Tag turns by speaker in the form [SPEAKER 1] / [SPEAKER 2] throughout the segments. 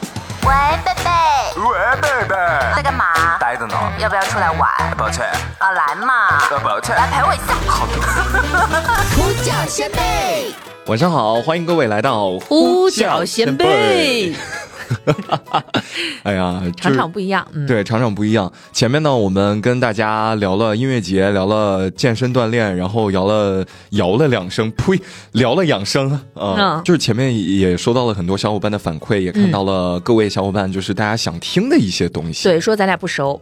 [SPEAKER 1] 喂，贝贝，
[SPEAKER 2] 喂，贝贝，
[SPEAKER 1] 在干嘛？
[SPEAKER 2] 呆着呢。
[SPEAKER 1] 要不要出来玩？
[SPEAKER 2] 抱歉，
[SPEAKER 1] 啊，来嘛，
[SPEAKER 2] 呃，抱歉。
[SPEAKER 1] 来陪我一下。好
[SPEAKER 3] 呼叫先辈，
[SPEAKER 4] 晚上好，欢迎各位来到
[SPEAKER 3] 呼叫先辈。
[SPEAKER 4] 哎 呀，
[SPEAKER 3] 场场
[SPEAKER 4] 不
[SPEAKER 3] 不一样，嗯，
[SPEAKER 4] 对，场场不一样。前面呢，我们跟大家聊了音乐节，聊了健身锻炼，然后聊了摇了两声，呸， 聊了养生啊、
[SPEAKER 3] 嗯
[SPEAKER 4] 就是前面也收到了很多小伙伴的反馈，也看到了各位小伙伴就是大家想听的一些东西。，
[SPEAKER 3] 对，说咱俩不熟，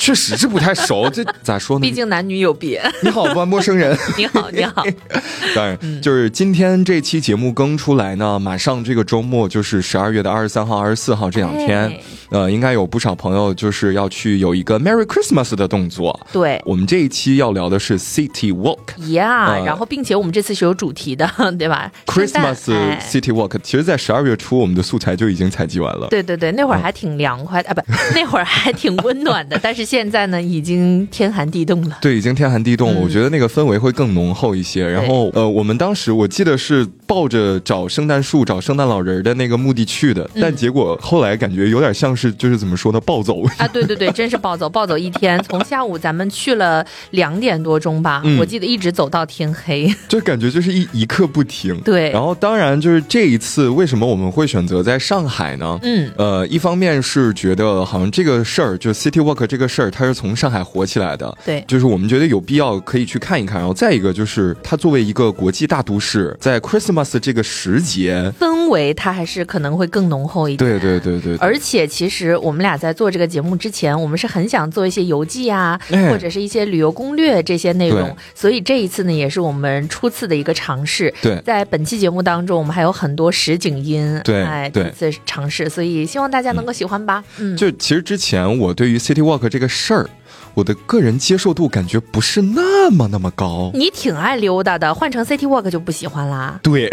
[SPEAKER 4] 确实是不太熟，这咋说呢
[SPEAKER 3] 毕？竟男女有 别。
[SPEAKER 4] 你好吧，陌生人。
[SPEAKER 3] 你好，你好，
[SPEAKER 4] 当然，
[SPEAKER 3] 嗯
[SPEAKER 4] 就是今天这期节目更出来呢，马上这个周末就是十二月的二十三号、二十四号这两天
[SPEAKER 3] 哎，
[SPEAKER 4] 呃，应该有不少朋友就是要去有一个 Merry Christmas 的动作。
[SPEAKER 3] 对。
[SPEAKER 4] 我们这一期要聊的是 City Walk。
[SPEAKER 3] 呀、
[SPEAKER 4] 呃
[SPEAKER 3] 然后并且我们这次是有主题的， 对吧
[SPEAKER 4] Christmas
[SPEAKER 3] 圣诞哎
[SPEAKER 4] City Walk，其实，在十二月初，我们的素材就已经采集完了。
[SPEAKER 3] 对对对，那会儿还挺凉快 的啊，不，那会儿还挺温暖 的，但是现在呢，已经天寒地冻 了。
[SPEAKER 4] 对，已经天寒地冻
[SPEAKER 3] 嗯
[SPEAKER 4] 了，我觉得那个氛围会更浓厚一些。然后，呃，我们当时我记得是抱着找圣诞树、找圣诞老人的那个目的去的，
[SPEAKER 3] 嗯
[SPEAKER 4] 但结果后来感觉有点像是就是怎么说呢，暴走。
[SPEAKER 3] 啊，对对对，真是暴走，暴走一天，从下午咱们去了两点多钟吧，
[SPEAKER 4] 嗯
[SPEAKER 3] 我记得一直走到天黑。
[SPEAKER 4] 就感觉就是一一刻不停。
[SPEAKER 3] 对
[SPEAKER 4] 然后当然就是这一次为什么我们会选择在上海呢？
[SPEAKER 3] 嗯，
[SPEAKER 4] 呃，一方面是觉得好像这个事儿，就 City Walk 这个事儿，它是从上海火起来的。
[SPEAKER 3] 对
[SPEAKER 4] 就是我们觉得有必要可以去看一看。然后再一个就是，它作为一个国际大都市，在 Christmas 这个时节，
[SPEAKER 3] 氛围它还是可能会更浓厚一
[SPEAKER 4] 对
[SPEAKER 3] 点。
[SPEAKER 4] 对对对对，
[SPEAKER 3] 而且，其实我们俩在做这个节目之前，我们是很想做一些游记啊，
[SPEAKER 4] 哎
[SPEAKER 3] 或者是一些旅游攻略这些内容
[SPEAKER 4] 对。
[SPEAKER 3] 所以这一次呢，也是我们初次的一个尝试。
[SPEAKER 4] 对
[SPEAKER 3] 在本期节目当中，我们还有很多实景音，
[SPEAKER 4] 对
[SPEAKER 3] 哎，
[SPEAKER 4] 对
[SPEAKER 3] 第一次尝试，所以希望大家能够喜欢吧。嗯，
[SPEAKER 4] 就其实之前我对于 City Walk 这个事儿，我的个人接受度感觉不是那么那么高。
[SPEAKER 3] 你挺爱溜达的，换成 City Walk 就不喜欢啦。
[SPEAKER 4] 对，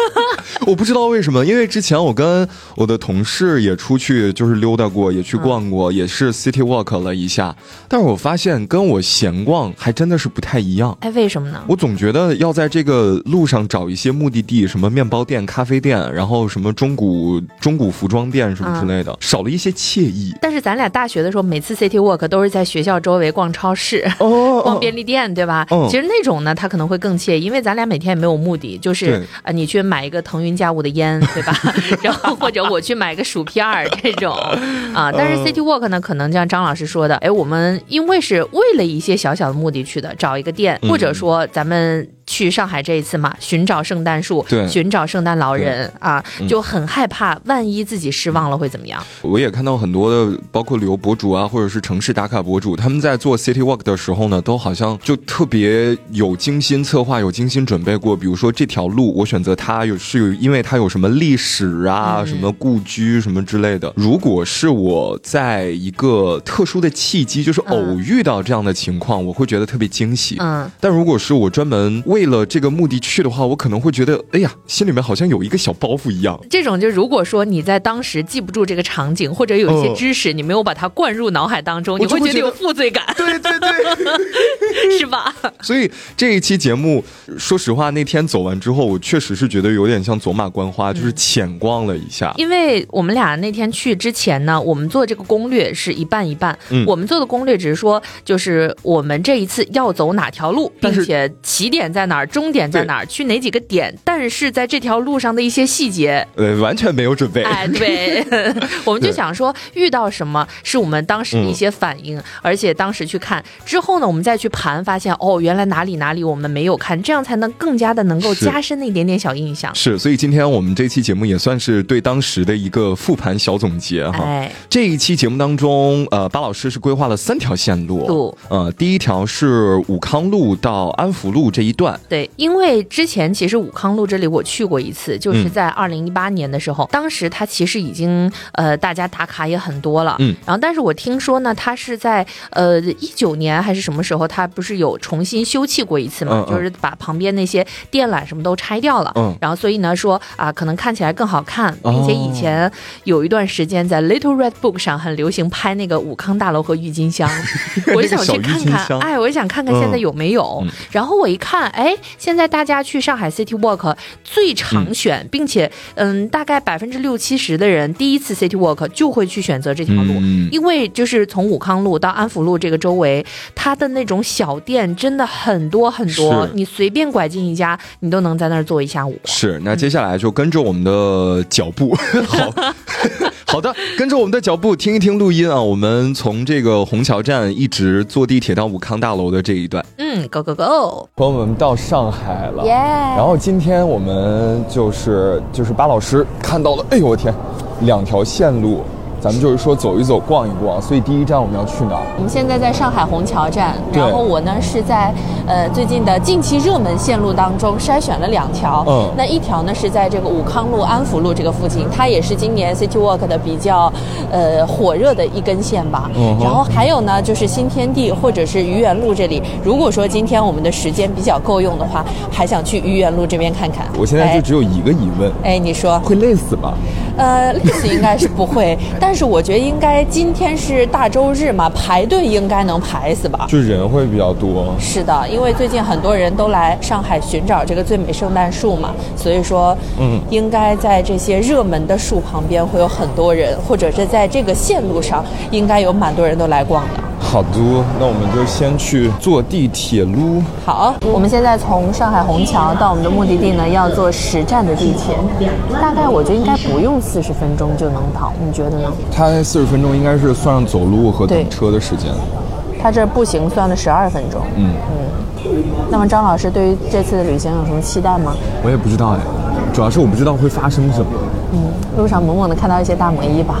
[SPEAKER 4] 我不知道为什么，因为之前我跟我的同事也出去就是溜达过，也去逛过，也是 city walk 了一下，但是我发现跟我闲逛还真的是不太一样。
[SPEAKER 3] 哎，为什么呢？
[SPEAKER 4] 我总觉得要在这个路上找一些目的地，什么面包店、咖啡店，然后什么中古中古服装店什么之类的，少了一些惬意。
[SPEAKER 3] 但是咱俩大学的时候，每次 City Walk 都是在学校周围逛超市。
[SPEAKER 4] 哦
[SPEAKER 3] 逛便利店，对吧？
[SPEAKER 4] 嗯
[SPEAKER 3] 其实那种呢，它可能会更惬意，因为咱俩每天也没有目的，就是
[SPEAKER 4] 对
[SPEAKER 3] 呃，你去买一个腾云驾雾的 烟，对吧？ 然后或者我去买个薯片儿这种啊。
[SPEAKER 4] 呃
[SPEAKER 3] 但是 City Walk 呢，可能像张老师说的，哎，我们因为是为了一些小小的目的去的，找一个店，
[SPEAKER 4] 嗯
[SPEAKER 3] 或者说咱们。去上海这一次嘛，寻找圣诞树，
[SPEAKER 4] 对嗯
[SPEAKER 3] 寻找圣诞老人啊，就很害怕，万一自己失望了会怎么样？
[SPEAKER 4] 我也看到很多的，包括旅游博主啊，或者是城市打卡博主，他们在做 city walk 的时候呢，都好像就特别有精心策划、有精心准备过。比如说这条路，我选择它有是有，因为它有什么历史啊、什么故居什么之类的。如果是我在一个特殊的契机，就是偶遇到这样的情况，我会觉得特别惊喜。
[SPEAKER 3] 嗯，
[SPEAKER 4] 但如果是我专门为了这个目的去的话，我可能会觉得，哎呀，心里面好像有一个小包袱一样。
[SPEAKER 3] 这种就如果说你在当时记不住这个场景，或者有一些
[SPEAKER 4] 嗯
[SPEAKER 3] 知识、你没有把它灌入脑海当中，你
[SPEAKER 4] 就会
[SPEAKER 3] 哦会觉得
[SPEAKER 4] 觉得
[SPEAKER 3] 有负罪 感，
[SPEAKER 4] 对对对。
[SPEAKER 3] 是吧？
[SPEAKER 4] 所以这一期节目，说实话，那天走完之后，我确实是觉得有点像走马观花，
[SPEAKER 3] 嗯
[SPEAKER 4] 就是浅逛了一下。
[SPEAKER 3] 因为我们俩那天去之前呢，我们做这个攻略是一半一半。
[SPEAKER 4] 嗯
[SPEAKER 3] 我们做的攻略只是说，就是我们这一次要走哪条路，
[SPEAKER 4] 但
[SPEAKER 3] 并
[SPEAKER 4] 是
[SPEAKER 3] 且起点在哪儿，终点在哪儿，去哪几个点。但是在这条路上的一些细节，
[SPEAKER 4] 呃，完全没有准备。
[SPEAKER 3] 哎，对，我们就想说遇到什么是我们当时的一些反应，而且当时去看之后呢，我们再去盘，发现哦，原来哪里哪里我们没有看，这样才能更加的能够
[SPEAKER 4] 是
[SPEAKER 3] 加深那一点点小印 象。
[SPEAKER 4] 是，所以今天我们这期节目也算是对当时的一个复盘小总结哈。
[SPEAKER 3] 哎，
[SPEAKER 4] 这一期节目当中，呃，巴老师是规划了三条线路，
[SPEAKER 3] 路
[SPEAKER 4] 呃，第一条是武康路到安福路这一段，
[SPEAKER 3] 对，因为之前其实武康路这里我去过一次，就是
[SPEAKER 4] 嗯
[SPEAKER 3] 在二零一八年的时候，当时它其实已经呃大家打卡也很多了，
[SPEAKER 4] 嗯，
[SPEAKER 3] 然后但是我听说呢，它是在呃一九年还是什么时候，它不是有重新修葺过一次嘛，
[SPEAKER 4] 嗯嗯
[SPEAKER 3] 就是把旁边那些电缆什么都拆掉了，
[SPEAKER 4] 嗯
[SPEAKER 3] 然后所以呢说啊、可能看起来更好看，
[SPEAKER 4] 哦
[SPEAKER 3] 并且以前有一段时间在 Little Red Book 上很流行拍那个武康大楼 和郁金香，我就想
[SPEAKER 4] 那个
[SPEAKER 3] 去
[SPEAKER 4] 小郁
[SPEAKER 3] 看
[SPEAKER 4] 金
[SPEAKER 3] 看，
[SPEAKER 4] 香
[SPEAKER 3] 哎，我就想看看现在
[SPEAKER 4] 嗯
[SPEAKER 3] 有没有，然后我一看，哎，
[SPEAKER 5] 哎，现在大家去上海 City Walk 最常选，并且嗯，大概百分之六七十的人第一次 City Walk 就会去选择这条路，
[SPEAKER 4] 嗯
[SPEAKER 5] 因为就是从武康路到安福路这个周围，它的那种小店真的很多很多
[SPEAKER 4] 是，
[SPEAKER 5] 你随便拐进一家，你都能在那儿坐一下午。
[SPEAKER 4] 是，那接下来就跟着我们的脚步， 好好的，跟着我们的脚步听一听录音啊。我们从这个虹桥站一直坐地铁到武康大楼的这一段。
[SPEAKER 5] 嗯，Go Go Go！
[SPEAKER 4] 朋友们到上海了
[SPEAKER 1] 耶
[SPEAKER 4] 然后今天我们就是就是巴老师看到了，哎呦我天，两条线路，咱们就是说走一走逛一逛，所以第一站我们要去哪儿？
[SPEAKER 3] 我们现在在上海虹桥站，
[SPEAKER 4] 对
[SPEAKER 3] 然后我呢是在呃最近的近期热门线路当中筛选了两条，
[SPEAKER 4] 嗯
[SPEAKER 3] 那一条呢是在这个武康路、安福路这个附近，它也是今年 City Walk 的比较呃火热的一根线吧。
[SPEAKER 4] 嗯哼
[SPEAKER 3] 然后还有呢就是新天地或者是愚园路这里，如果说今天我们的时间比较够用的话，还想去愚园路这边看看。
[SPEAKER 4] 我现在就
[SPEAKER 3] 哎
[SPEAKER 4] 只有一个疑问，
[SPEAKER 3] 哎，你说
[SPEAKER 4] 会累死吧？
[SPEAKER 3] 呃，累死应该是不会，但是我觉得应该今天是大周日嘛，排队应该能排死吧。
[SPEAKER 4] 就人会比较多。
[SPEAKER 3] 是的，因为最近很多人都来上海寻找这个最美圣诞树嘛，所以说，
[SPEAKER 4] 嗯
[SPEAKER 3] 应该在这些热门的树旁边会有很多人，或者是在这个线路上，应该有蛮多人都来逛的。
[SPEAKER 4] 好的，那我们就先去坐地铁撸。
[SPEAKER 3] 好，我们现在从上海虹桥到我们的目的地呢，要坐十站的地铁，大概我觉得应该不用四十分钟就能到，你觉得呢？
[SPEAKER 4] 它四十分钟应该是算上走路和
[SPEAKER 3] 对
[SPEAKER 4] 等车的时间。
[SPEAKER 3] 他这步行算了十二分钟。
[SPEAKER 4] 嗯，
[SPEAKER 3] 那么张老师对于这次的旅行有什么期待吗？
[SPEAKER 4] 我也不知道哎，主要是我不知道会发生 什么，
[SPEAKER 3] 路上猛猛的看到一些大魔衣吧。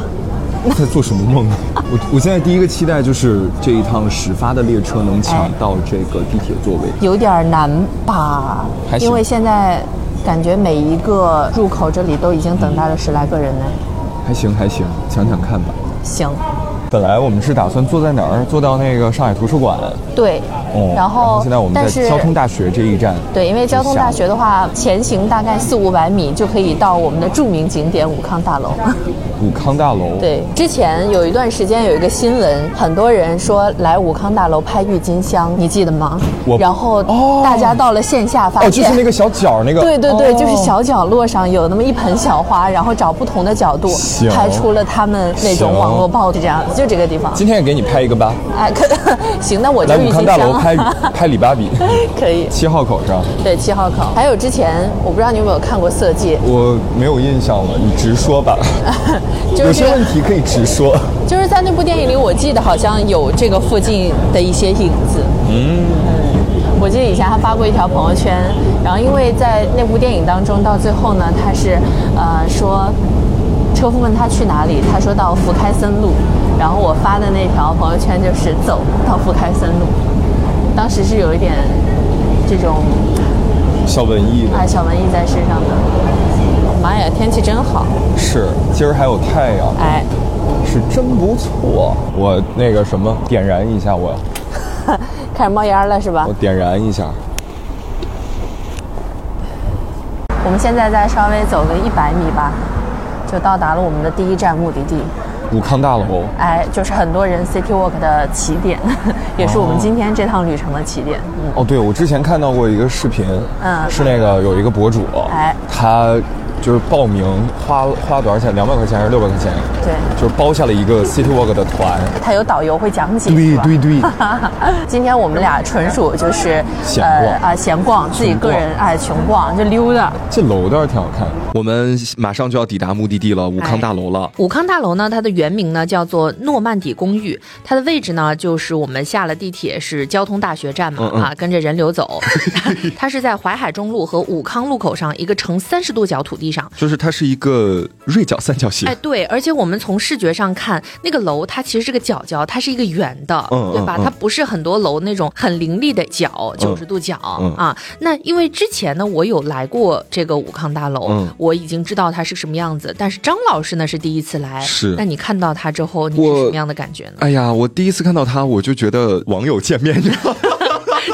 [SPEAKER 4] 在做什么梦呢？我我现在第一个期待就是这一趟始发的列车能
[SPEAKER 3] 哎
[SPEAKER 4] 抢到这个地铁座位。
[SPEAKER 3] 有点难吧
[SPEAKER 4] 还，行
[SPEAKER 3] 因为现在感觉每一个入口这里都已经等待了十来个人呢。
[SPEAKER 4] 还行还行，想想看吧。
[SPEAKER 3] 行，
[SPEAKER 4] 本来我们是打算坐在哪儿？坐到那个上海图书馆。
[SPEAKER 3] 对，
[SPEAKER 4] 哦，
[SPEAKER 3] 然后
[SPEAKER 4] 现在我们
[SPEAKER 3] 但
[SPEAKER 4] 在
[SPEAKER 3] 是
[SPEAKER 4] 交通大学这一站。
[SPEAKER 3] 对，因为交通大学的话，前行大概四五百米就可以到我们的著名景点武 康大楼。
[SPEAKER 4] 武康大楼。，
[SPEAKER 3] 对，之前有一段时间有一个新闻，很多人说来武康大楼拍郁金香，你记得吗
[SPEAKER 4] 我？
[SPEAKER 3] 然后
[SPEAKER 4] 哦
[SPEAKER 3] 大家到了线下发
[SPEAKER 4] 哦，
[SPEAKER 3] 现，
[SPEAKER 4] 就是那个小角儿那个。
[SPEAKER 3] 对对对，
[SPEAKER 4] 哦
[SPEAKER 3] 就是小角落上有那么一盆小花，然后找不同的角度
[SPEAKER 4] 行
[SPEAKER 3] 拍出了他们那种
[SPEAKER 4] 行
[SPEAKER 3] 网络报的这样子，就这个地方。
[SPEAKER 4] 今天也给你拍一个吧，
[SPEAKER 3] 哎，可行，那我就
[SPEAKER 4] 来
[SPEAKER 3] 郁
[SPEAKER 4] 武康
[SPEAKER 3] 金
[SPEAKER 4] 大
[SPEAKER 3] 香
[SPEAKER 4] 楼拍
[SPEAKER 3] 了
[SPEAKER 4] 拍李巴比，
[SPEAKER 3] 可以，
[SPEAKER 4] 七号口上。
[SPEAKER 3] 对七号口。还有之前我不知道你有没有看过《色戒
[SPEAKER 4] 我没有印象了，你直说吧。》，
[SPEAKER 3] 就
[SPEAKER 4] 有
[SPEAKER 3] 是
[SPEAKER 4] 些
[SPEAKER 3] 这
[SPEAKER 4] 问
[SPEAKER 3] 个，
[SPEAKER 4] 题可以直说。
[SPEAKER 3] 就是在那部电影里，我记得好像有这个附近的一些影子。我记得以前还发过一条朋友圈，然后因为在那部电影当中，到最后呢，他是呃说，车夫问他去哪里，他说到福开森路，然后我发的那条朋友圈就是走到福开森路，当时是有一点这种
[SPEAKER 4] 小文艺
[SPEAKER 3] 啊小文艺在身上的。妈呀，天气真好！
[SPEAKER 4] 的是，今儿还有太阳，
[SPEAKER 3] 哎，
[SPEAKER 4] 是真不错。我那个什么，点燃一下我，
[SPEAKER 3] 开始冒烟了是吧
[SPEAKER 4] 我？点燃一下。
[SPEAKER 3] 我们现在再稍微走个一百米吧，就到达了我们的第一站目的地。
[SPEAKER 4] 武康大楼，
[SPEAKER 3] 哎，就是很多人 City Walk 的起点， 也是我
[SPEAKER 4] 哦
[SPEAKER 3] 们今天这趟旅程的起点。嗯，
[SPEAKER 4] 哦，对，我之前看到过一个视频，
[SPEAKER 3] 嗯
[SPEAKER 4] 是那个有一个博主，
[SPEAKER 3] 哎
[SPEAKER 4] 他就是报名花花多少钱，两百块钱还是六百块钱？
[SPEAKER 3] 对，
[SPEAKER 4] 就是包下了一个 City Walk 的团。
[SPEAKER 3] 它有导游会讲解。
[SPEAKER 4] 对
[SPEAKER 3] 是吧
[SPEAKER 4] 对对，
[SPEAKER 3] 今天我们俩纯属就是
[SPEAKER 4] 闲逛
[SPEAKER 3] 啊闲逛，自己个人哎穷逛就溜达。
[SPEAKER 4] 这楼倒是挺好看。我们马上就要抵达目的地
[SPEAKER 3] 哎
[SPEAKER 4] 了，武康大楼了。
[SPEAKER 5] 武康大楼呢，它的原名呢叫做诺曼底公寓，它的位置呢就是我们下了地铁是交通大学站嘛
[SPEAKER 4] 嗯嗯
[SPEAKER 5] 啊，跟着人 流走， 它是在淮海中路和武康路口上一个呈三十度角土地上。
[SPEAKER 4] 就是它是一个锐角三角形
[SPEAKER 5] 哎，，对，而且我们从视觉上看，那个楼它其实是个角角，它是一个圆的，
[SPEAKER 4] 嗯
[SPEAKER 5] 对吧？
[SPEAKER 4] 嗯嗯
[SPEAKER 5] 它不是很多楼那种很凌厉的角，九十度角、
[SPEAKER 4] 嗯
[SPEAKER 5] 啊。那因为之前呢，我有来过这个武康大楼，
[SPEAKER 4] 嗯
[SPEAKER 5] 我已经知道它是什么样子，但是张老师呢是第一次来，
[SPEAKER 4] 是
[SPEAKER 5] 那你看到它之后，你
[SPEAKER 4] 我
[SPEAKER 5] 是什么样的感 觉呢？
[SPEAKER 4] 哎呀，我 第一次看到他，我就觉得网友见面，你知道吗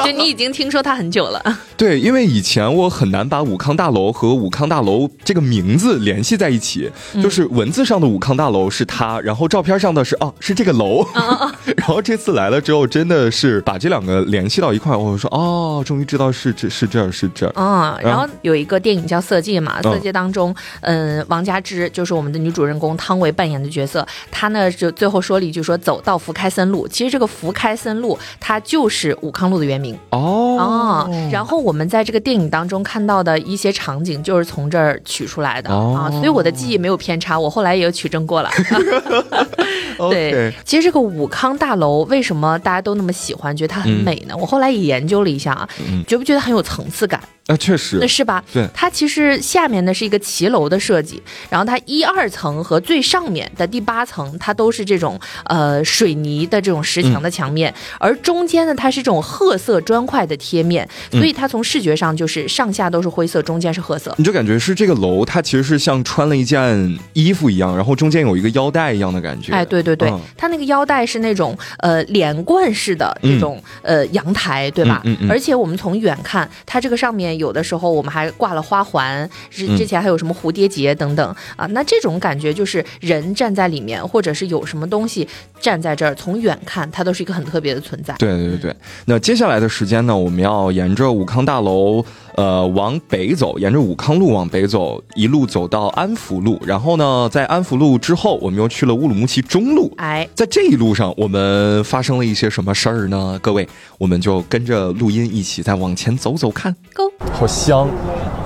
[SPEAKER 5] 就你已经听说它很久了，
[SPEAKER 4] 对，因为以前我很难把武康大楼和武康大楼这个名字联系在一起，
[SPEAKER 5] 嗯
[SPEAKER 4] 就是文字上的武康大楼是它，然后照片上的是啊是这个楼，
[SPEAKER 5] 嗯
[SPEAKER 4] 然后这次来了之后，真的是把这两个联系到一块儿，我说哦，终于知道是这是这儿是这儿，
[SPEAKER 5] 嗯，然后
[SPEAKER 4] 嗯
[SPEAKER 5] 有一个电影叫《色戒》嘛，《色戒》当中，嗯，王佳芝就是我们的女主人公汤唯扮演的角色，她呢就最后说了一句说走到福开森路，其实这个福开森路它就是武康路的原名
[SPEAKER 4] 哦
[SPEAKER 5] 啊、然后我们在这个电影当中看到的一些场景就是从这儿取出来的、
[SPEAKER 4] 哦
[SPEAKER 5] 啊，所以我的记忆没有偏差，我后来也有取证过了。 对
[SPEAKER 4] OK，
[SPEAKER 5] 其实这个武康大楼为什么大家都那么喜欢，觉得它很
[SPEAKER 4] 嗯
[SPEAKER 5] 美呢？我后来也研究了一下啊，觉不觉得很有层次感？
[SPEAKER 4] 那啊确
[SPEAKER 5] 那
[SPEAKER 4] 实
[SPEAKER 5] 是吧？
[SPEAKER 4] 对
[SPEAKER 5] 它其实下面呢是一个骑楼的设计，然后它一二层和最上面的第八层，它都是这种呃水泥的这种石墙的墙面，而中间呢它是这种褐色砖块的贴面，所以它从视觉上就是上下都是灰色，中间是褐色。
[SPEAKER 4] 你就感觉是这个楼，它其实是像穿了一件衣服一样，然后中间有一个腰带一样的感觉。
[SPEAKER 5] 哎，对对对，
[SPEAKER 4] 嗯
[SPEAKER 5] 它那个腰带是那种呃连贯式的这种、呃阳台，对吧？
[SPEAKER 4] 嗯嗯嗯
[SPEAKER 5] 而且我们从远看，它这个上面有的时候我们还挂了花环，之
[SPEAKER 4] 嗯
[SPEAKER 5] 之前还有什么蝴蝶结等等、啊。那这种感觉就是人站在里面，或者是有什么东西站在这儿，从远看它都是一个很特别的存在。
[SPEAKER 4] 对对对对，那接下来的时间呢，我们要沿着武康大楼，呃，往北走，沿着武康路往北走，一路走到安福路，然后呢，在安福路之后，我们又去了乌鲁木齐中路。
[SPEAKER 5] 哎，
[SPEAKER 4] 在这一路上，我们发生了一些什么事儿呢？各位，我们就跟着录音一起再往前走走看。
[SPEAKER 5] 够
[SPEAKER 4] 好香，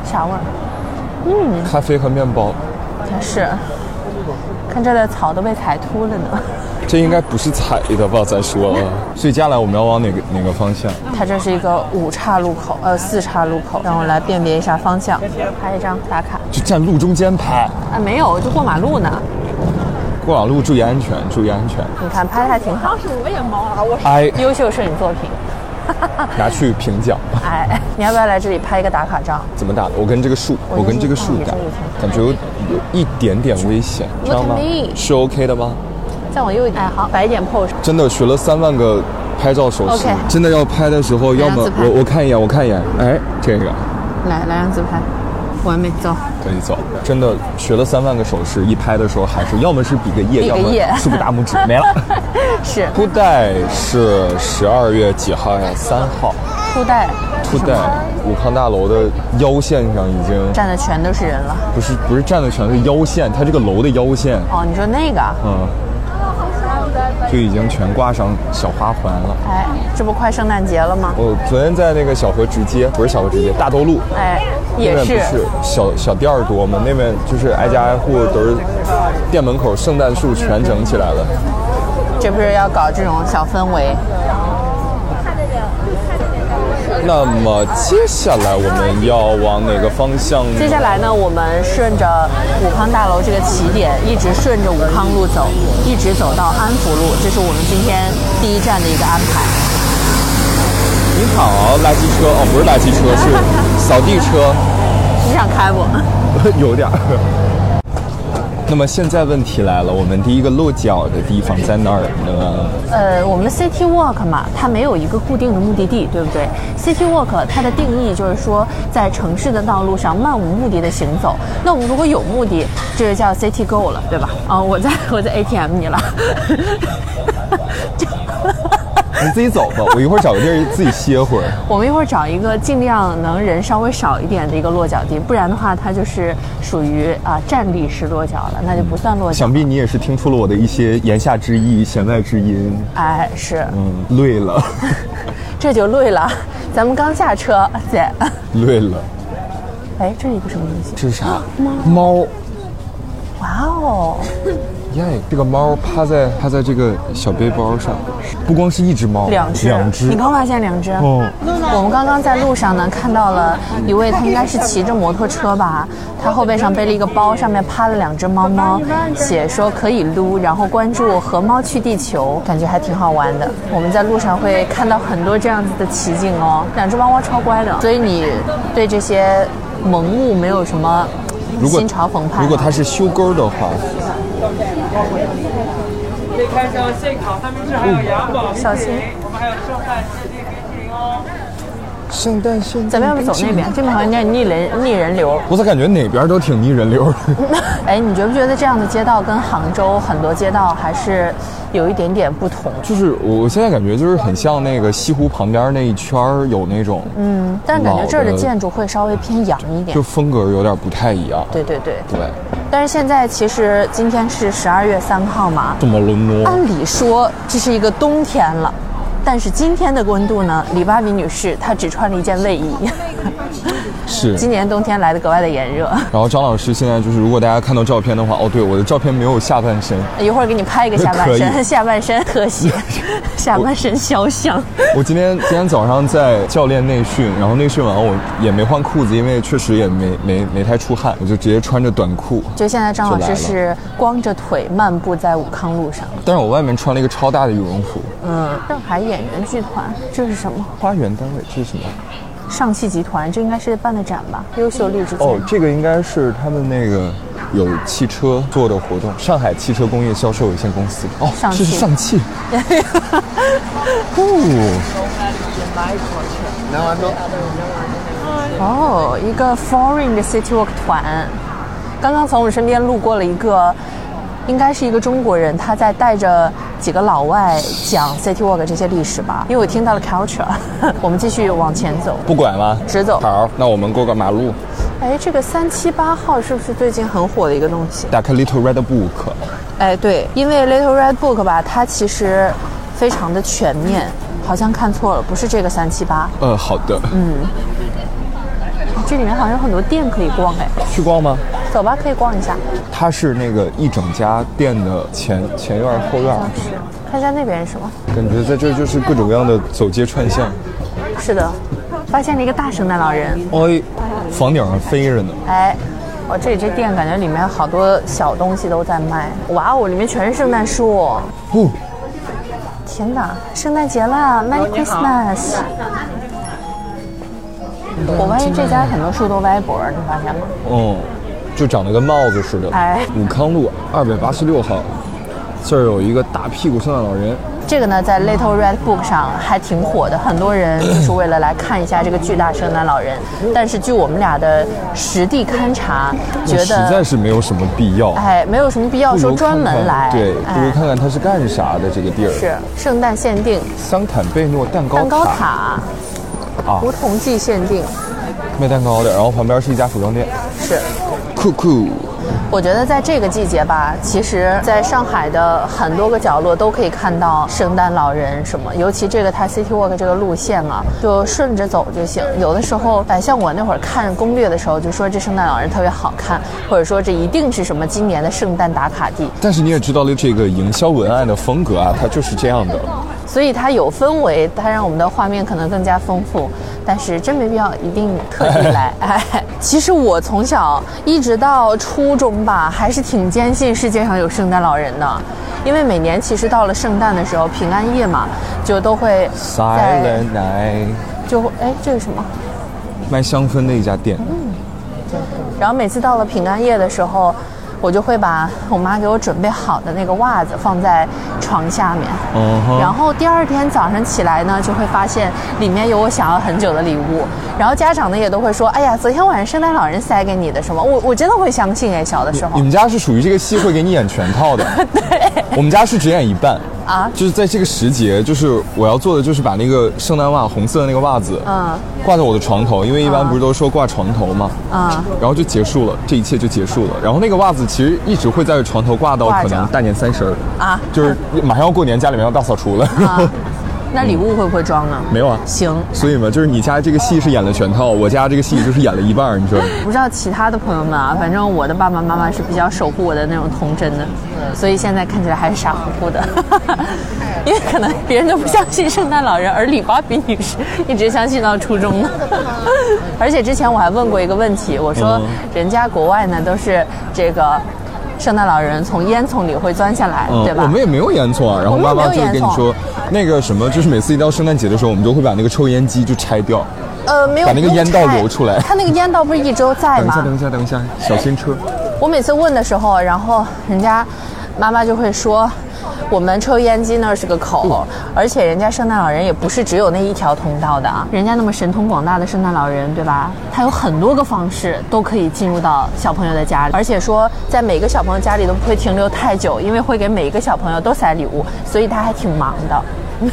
[SPEAKER 3] 啥味儿？
[SPEAKER 4] 咖啡和面包，
[SPEAKER 3] 真是，看这儿的草都被踩秃了呢。
[SPEAKER 4] 这应该不是踩的吧？再说了，所以接下来我们要往哪个哪个方向？
[SPEAKER 3] 它这是一个五岔路口，呃，四岔路口，让我来辨别一下方向，拍一张打卡。
[SPEAKER 4] 就站路中间拍，
[SPEAKER 3] 啊，没有，就过马路呢。
[SPEAKER 4] 过马路注意安全，注意安全。
[SPEAKER 3] 你看拍的还挺好，
[SPEAKER 4] 哎，
[SPEAKER 3] 优秀摄影作品。
[SPEAKER 4] 拿去评奖。
[SPEAKER 3] 哎，你要不要来这里拍一个打卡照？
[SPEAKER 4] 怎么打的？我跟这个树，
[SPEAKER 3] 我
[SPEAKER 4] 我跟这个树
[SPEAKER 3] 就是
[SPEAKER 4] 打
[SPEAKER 3] 放你这里，
[SPEAKER 4] 感觉有有一点点危险，知道
[SPEAKER 3] Look at
[SPEAKER 4] 吗
[SPEAKER 3] me？
[SPEAKER 4] 是 OK 的吗？
[SPEAKER 3] 再往右一点，哎，好，摆一点 pose。
[SPEAKER 4] 真的学了三万个拍照手势
[SPEAKER 3] OK
[SPEAKER 4] 真的要拍的时候，要么
[SPEAKER 3] 自拍
[SPEAKER 4] 我我看一眼，我看一眼，哎，这个
[SPEAKER 3] 来，来张自拍，完美，走。
[SPEAKER 4] 可以走。真的学了三万个手势，一拍的时候还是要么是比个耶，
[SPEAKER 3] 比
[SPEAKER 4] 要
[SPEAKER 3] 个
[SPEAKER 4] 么
[SPEAKER 3] 耶
[SPEAKER 4] 竖个大拇指，没 了。
[SPEAKER 3] 是
[SPEAKER 4] 初代是十二月几号呀？三号。
[SPEAKER 3] 裤带
[SPEAKER 4] 初代武康大楼的腰线上已经
[SPEAKER 3] 站的全都是人了。
[SPEAKER 4] 不是不是站的全是腰线，它这个楼的腰线。
[SPEAKER 3] 哦，你说那个啊？
[SPEAKER 4] 嗯，就已经全挂上小花环了。
[SPEAKER 3] 哎，这不快圣诞节了吗？
[SPEAKER 4] 我昨天在那个小河直街，不是小河直街，大兜路，
[SPEAKER 3] 哎，
[SPEAKER 4] 那
[SPEAKER 3] 也
[SPEAKER 4] 边不
[SPEAKER 3] 是。
[SPEAKER 4] 是小小店儿多吗？那边就是挨家挨户都是店门口圣诞树全整起来了。
[SPEAKER 3] 这不是要搞这种小氛围？
[SPEAKER 4] 那么接下来我们要往哪个方向？
[SPEAKER 3] 接下来呢，我们顺着武康大楼这个起点，一直顺着武康路走，一直走到安福路，这是我们今天第一站的一个安排。
[SPEAKER 4] 你好，垃圾车哦，不是垃圾车，是扫地车。
[SPEAKER 3] 你想开不？
[SPEAKER 4] 有点儿。那么现在问题来了，我们第一个落脚的地方在哪儿呢？
[SPEAKER 3] 呃，我们 City Walk 嘛，它没有一个固定的目的地，对不对？City Walk 它的定义就是说，在城市的道路上漫无目的的行走。那我们如果有目的，这就叫 City Go 了，对吧？啊、我在 我在 ATM 你了。
[SPEAKER 4] 你自己走吧，我一会儿找个地儿自己歇会儿。
[SPEAKER 3] 我们一会儿找一个尽量能人稍微少一点的一个落脚地，不然的话，它就是属于啊、站立式落脚了，那就不算落脚。
[SPEAKER 4] 想必你也是听出了我的一些言下之意、弦外之音。
[SPEAKER 3] 哎，是，
[SPEAKER 4] 嗯，累了，
[SPEAKER 3] 这就累了。 咱们刚下车，姐。
[SPEAKER 4] 累了。
[SPEAKER 3] 哎，这是一个什么东西？
[SPEAKER 4] 这是啥？猫。
[SPEAKER 3] 哇哦，
[SPEAKER 4] 耶，这个猫趴在趴在这个小背包上，不光是一只猫，
[SPEAKER 3] 两只，
[SPEAKER 4] 哦两只
[SPEAKER 3] 你。刚发现两只？
[SPEAKER 4] 哦，
[SPEAKER 3] 我们刚刚在路上呢，看到了一位，他应该是骑着摩托车吧，他后背上背了一个包，上面趴了两只猫猫，写说可以撸，然后关注和猫去地球，感觉还挺好玩的。我们在路上会看到很多这样子的奇景哦，两只猫猫超乖的，所以你对这些萌物没有什么
[SPEAKER 4] 如果
[SPEAKER 3] 心潮啊澎湃吗。
[SPEAKER 4] 如果它是修沟的话，
[SPEAKER 6] 可以开箱现烤三明治，还有羊宝冰淇
[SPEAKER 3] 嗯小心
[SPEAKER 6] 淋，我们还有圣诞限定冰淇淋哦。
[SPEAKER 4] 圣诞圣
[SPEAKER 3] 咱们要不走那边？这边好像有点逆人逆人流。
[SPEAKER 4] 我咋感觉哪边都挺逆人流的？
[SPEAKER 3] 哎，你觉不觉得这样的街道跟杭州很多街道还是有一点点不同？
[SPEAKER 4] 就是我我现在感觉就是很像那个西湖旁边那一圈儿有那种，
[SPEAKER 3] 嗯，但感觉这儿的建筑会稍微偏洋一点
[SPEAKER 4] 就。风格有点不太一样。
[SPEAKER 3] 对对对。
[SPEAKER 4] 对，
[SPEAKER 3] 但是现在其实今天是十二月三号嘛，
[SPEAKER 4] 这么伦多，
[SPEAKER 3] 按理说这是一个冬天了，但是今天的温度呢，李芭比女士她只穿了一件卫衣。
[SPEAKER 4] 是。
[SPEAKER 3] 今年冬天来的格外的炎热，
[SPEAKER 4] 然后张老师现在就是，如果大家看到照片的话，哦，对，我的照片没有下半身，
[SPEAKER 3] 一会儿给你拍一个下半
[SPEAKER 4] 可以
[SPEAKER 3] 身，下半身特写，下半身肖像。
[SPEAKER 4] 我今天今天早上在教练内训，然后内训完我也没换裤子，因为确实也没没没太出汗，我就直接穿着短裤。
[SPEAKER 3] 就现在张老
[SPEAKER 4] 就来
[SPEAKER 3] 师
[SPEAKER 4] 了
[SPEAKER 3] 是光着腿漫步在武康路上。
[SPEAKER 4] 但是我外面穿了一个超大的羽绒服。
[SPEAKER 3] 嗯，上海演员剧团这是什么？
[SPEAKER 4] 花园单位这是什么？
[SPEAKER 3] 上汽集团这应该是办的展吧？优秀励志
[SPEAKER 4] 哦
[SPEAKER 3] 奖。，
[SPEAKER 4] 这个应该是他们那个有汽车做的活动，上海汽车工业销售有限公司。哦，
[SPEAKER 3] 上汽
[SPEAKER 4] 这是上汽。哦，
[SPEAKER 3] 哦，一个 Foreign 的 City Walk 团，刚刚从我身边路过了一个，应该是一个中国人，他在带着几个老外讲 City Walk 这些历史吧，因为我听到了 culture。我 们继续往前走，
[SPEAKER 4] 不管了，
[SPEAKER 3] 直走
[SPEAKER 4] 好，那我们过个马路，
[SPEAKER 3] 哎，这个三七八号是不是最近很火的一个东西？
[SPEAKER 4] 打开 Little Red Book。
[SPEAKER 3] 哎，对，因为 Little Red Book 吧，它其实非常的全面，好像看错了，不是这个三七八，
[SPEAKER 4] 呃，好的，嗯，
[SPEAKER 3] 这里面好像有很多店可以逛，哎，
[SPEAKER 4] 去逛吗？
[SPEAKER 3] 走吧，可以逛一下。
[SPEAKER 4] 它是那个一整家店的前前院儿后院儿，
[SPEAKER 3] 看一下那边是什么？
[SPEAKER 4] 感觉在这儿就是各种各样的走街串巷。
[SPEAKER 3] 是的，发现了一个大圣诞老人。
[SPEAKER 4] 哎，房顶上飞着呢，
[SPEAKER 3] 哎，哇，这里这店感觉里面好多小东西都在卖。哇哦，里面全是圣诞树。
[SPEAKER 4] 哦，
[SPEAKER 3] 天哪，圣诞节啦，Merry Christmas！我发现这家很多树都歪脖儿，你发现吗？
[SPEAKER 4] 嗯，就长得跟帽子似的。
[SPEAKER 3] 哎
[SPEAKER 4] 武康路二百八十六号，这儿有一个大屁股圣诞老人，
[SPEAKER 3] 这个呢，在 Little Red Book 上还挺火的，很多人就是为了来看一下这个巨大圣诞老人。但是据我们俩的实地勘察，觉
[SPEAKER 4] 哦实在
[SPEAKER 3] 得
[SPEAKER 4] 是没有什么必要。
[SPEAKER 3] 哎，没有什么必要
[SPEAKER 4] 不
[SPEAKER 3] 说
[SPEAKER 4] 如
[SPEAKER 3] 专
[SPEAKER 4] 看看
[SPEAKER 3] 门来，
[SPEAKER 4] 对，不如
[SPEAKER 3] 哎，
[SPEAKER 4] 看看它是干啥的这个地儿。
[SPEAKER 3] 是圣诞限定
[SPEAKER 4] 桑坦贝诺蛋糕
[SPEAKER 3] 蛋糕塔、
[SPEAKER 4] 啊
[SPEAKER 3] 梧桐季限定
[SPEAKER 4] 卖蛋糕的，然后旁边是一家服装店。
[SPEAKER 3] 是。
[SPEAKER 4] 酷酷，
[SPEAKER 3] 我觉得在这个季节吧，其实在上海的很多个角落都可以看到圣诞老人什么，尤其这个它 City Walk 这个路线啊，就顺着走就行。有的时候，哎，像我那会儿看攻略的时候，就说这圣诞老人特别好看，或者说这一定是什么今年的圣诞打卡地，
[SPEAKER 4] 但是你也知道了这个营销文案的风格啊，它就是这样的。
[SPEAKER 3] 所以它有氛围，它让我们的画面可能更加丰富。但是真没必要一定特地来。哎，其实我从小一直到初中吧，还是挺坚信世界上有圣诞老人的，因为每年其实到了圣诞的时候，平安夜嘛，就都会在
[SPEAKER 4] Silent Night，
[SPEAKER 3] 就会哎这是什么？
[SPEAKER 4] 卖香氛的一家店。
[SPEAKER 3] 然后每次到了平安夜的时候，我就会把我妈给我准备好的那个袜子放在床下面。
[SPEAKER 4] 嗯
[SPEAKER 3] 然
[SPEAKER 4] 哼，
[SPEAKER 3] 后第二天早上起来呢，就会发现里面有我想要很久的礼物。然后家长呢也都会说：“哎呀，昨天晚上圣诞老人塞给你的什么？”我我真的会相信哎，小的时
[SPEAKER 4] 你
[SPEAKER 3] 候
[SPEAKER 4] 们家是属于这个戏会给你演全套 的。对，我们家是只演一半。
[SPEAKER 3] 啊
[SPEAKER 4] 就是在这个时节，就是我要做的就是把那个圣诞袜，红色的那个袜子，
[SPEAKER 3] 嗯，
[SPEAKER 4] 挂在我的床头，因为一般不是都说挂床头嘛，
[SPEAKER 3] 啊、
[SPEAKER 4] 然后就结束了，这一切就结束了。然后那个袜子其实一直会在床头挂到
[SPEAKER 3] 挂
[SPEAKER 4] 可
[SPEAKER 3] 着
[SPEAKER 4] 能大年三十儿
[SPEAKER 3] 啊
[SPEAKER 4] 就是马上要过年，家里面要大扫除了，然后
[SPEAKER 3] 那礼物会不会装呢？
[SPEAKER 4] 没有啊。
[SPEAKER 3] 行，
[SPEAKER 4] 所以嘛，就是你家这个戏是演了全套，我家这个戏就是演了一半儿，你知道吗？
[SPEAKER 3] 不知道其他的朋友们
[SPEAKER 4] 嗯
[SPEAKER 3] 啊，反正我的爸爸妈妈是比较守护我的那种童真的，
[SPEAKER 4] 嗯
[SPEAKER 3] 所以现在看起来还是傻乎 乎的，因为可能别人都不相信圣诞老人，而李芭比女士一直相信到初中呢。 而且之前我还问过一个问题，我说
[SPEAKER 4] 嗯
[SPEAKER 3] 人家国外呢都是这个圣诞老人从烟囱里会钻下来，对
[SPEAKER 4] 嗯我
[SPEAKER 3] 吧
[SPEAKER 4] 们？也没有烟囱啊。然后妈妈就会跟你说，那个什么，就是每次一到圣诞节的时候，我们都会把那个抽烟机就拆掉。
[SPEAKER 3] 呃，没有
[SPEAKER 4] 把那个烟道揉出来
[SPEAKER 3] 他那个烟道不是一直都在
[SPEAKER 4] 等一下，
[SPEAKER 3] 吗？
[SPEAKER 4] 等一下，等一下，小心车。
[SPEAKER 3] 我每次问的时候，然后人家妈妈就会说：“我们抽烟机那儿是个
[SPEAKER 4] 嗯
[SPEAKER 3] 口，而且人家圣诞老人也不是只有那一条通道的啊，人家那么神通广大的圣诞老人，对吧？他有很多个方式都可以进入到小朋友的家里，而且说在每个小朋友家里都不会停留太久，因为会给每一个小朋友都塞礼物，所以他还挺忙的。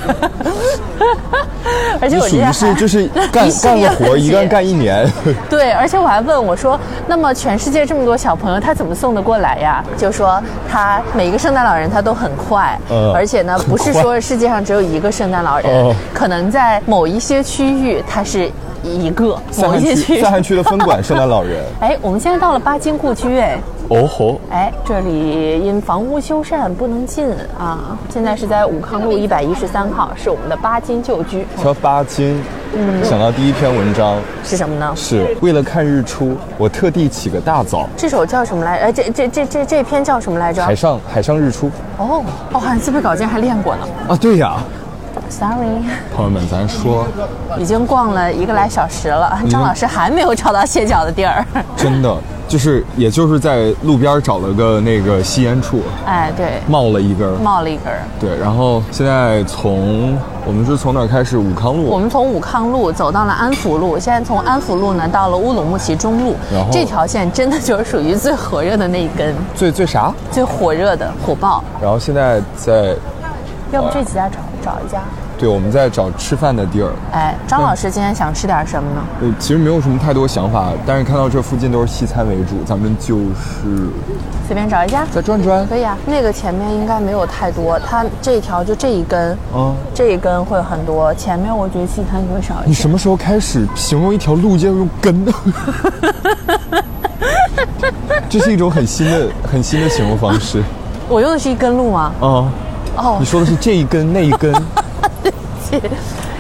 [SPEAKER 3] 而且
[SPEAKER 4] 你
[SPEAKER 3] 我之
[SPEAKER 4] 属
[SPEAKER 3] 前
[SPEAKER 4] 于
[SPEAKER 3] 还
[SPEAKER 4] 是 就是干
[SPEAKER 3] 一系
[SPEAKER 4] 干
[SPEAKER 3] 列
[SPEAKER 4] 个活，
[SPEAKER 3] 问
[SPEAKER 4] 一
[SPEAKER 3] 题
[SPEAKER 4] 干干一 年。
[SPEAKER 3] 对，而且我还问我说，那么全世界这么多小朋友，他怎么送得过来呀？就说他每一个圣诞老人他呃都很快，
[SPEAKER 4] 嗯
[SPEAKER 3] 而且呢，
[SPEAKER 4] 很
[SPEAKER 3] 不是
[SPEAKER 4] 快
[SPEAKER 3] 说世界上只有一个圣诞老人，
[SPEAKER 4] 哦
[SPEAKER 3] 可能在某一些区域他是一个，
[SPEAKER 4] 塞
[SPEAKER 3] 某
[SPEAKER 4] 罕
[SPEAKER 3] 一些区
[SPEAKER 4] 区
[SPEAKER 3] 域
[SPEAKER 4] 塞。罕区的分 馆圣诞老人，
[SPEAKER 3] 哎，我们现在到了巴金故居，哎，
[SPEAKER 4] 哦吼，
[SPEAKER 3] 哎，这里因房屋修缮不能进啊。现在是在武康路一百一十三号，是我们的巴金旧居，
[SPEAKER 4] 说巴金，
[SPEAKER 3] 嗯
[SPEAKER 4] 想到第一篇文章
[SPEAKER 3] 是什么呢？
[SPEAKER 4] 是为了看日出，我特地起个大早，
[SPEAKER 3] 这首叫什么来？哎，这这这这这篇叫什么来着？
[SPEAKER 4] 海上海上日出
[SPEAKER 3] 哦，哦，汉斯被稿件还练过呢。
[SPEAKER 4] 啊，对呀，
[SPEAKER 3] Sorry，
[SPEAKER 4] 朋友们，咱说
[SPEAKER 3] 已经逛了一个来小时了，张老师还没有找到歇脚的地 儿。
[SPEAKER 4] 真的就是，也就是在路边找了个那个吸烟处，
[SPEAKER 3] 哎，对，
[SPEAKER 4] 冒了一根儿，
[SPEAKER 3] 冒了一根儿。
[SPEAKER 4] 对，然后现在从我们是从哪儿开始？武康路，
[SPEAKER 3] 我们从武康路走到了安福路，现在从安福路呢到了乌鲁木齐中路
[SPEAKER 4] 然后，
[SPEAKER 3] 这条线真的就是属于最火热的那一根，
[SPEAKER 4] 最最啥？
[SPEAKER 3] 最火热的火爆。
[SPEAKER 4] 然后现在在，
[SPEAKER 3] 要不这几家找找一家？
[SPEAKER 4] 对，我们在找吃饭的地儿。
[SPEAKER 3] 哎，张老师今天想吃点什么呢？
[SPEAKER 4] 呃，其实没有什么太多想法，但是看到这附近都是西餐为主，咱们就是
[SPEAKER 3] 随便找一家。
[SPEAKER 4] 再转转。
[SPEAKER 3] 可以啊，那个前面应该没有太多，它这一条就这一根，
[SPEAKER 4] 嗯
[SPEAKER 3] 这一根会有很多，前面我觉得西餐会少一
[SPEAKER 4] 你
[SPEAKER 3] 些
[SPEAKER 4] 什。么时候开始形容一条路要用根的？ 这是一种很新的、很新的形容方式
[SPEAKER 3] 我用的是一根路吗？
[SPEAKER 4] 啊！
[SPEAKER 3] 哦
[SPEAKER 4] 你，说的是这一根、那一 根，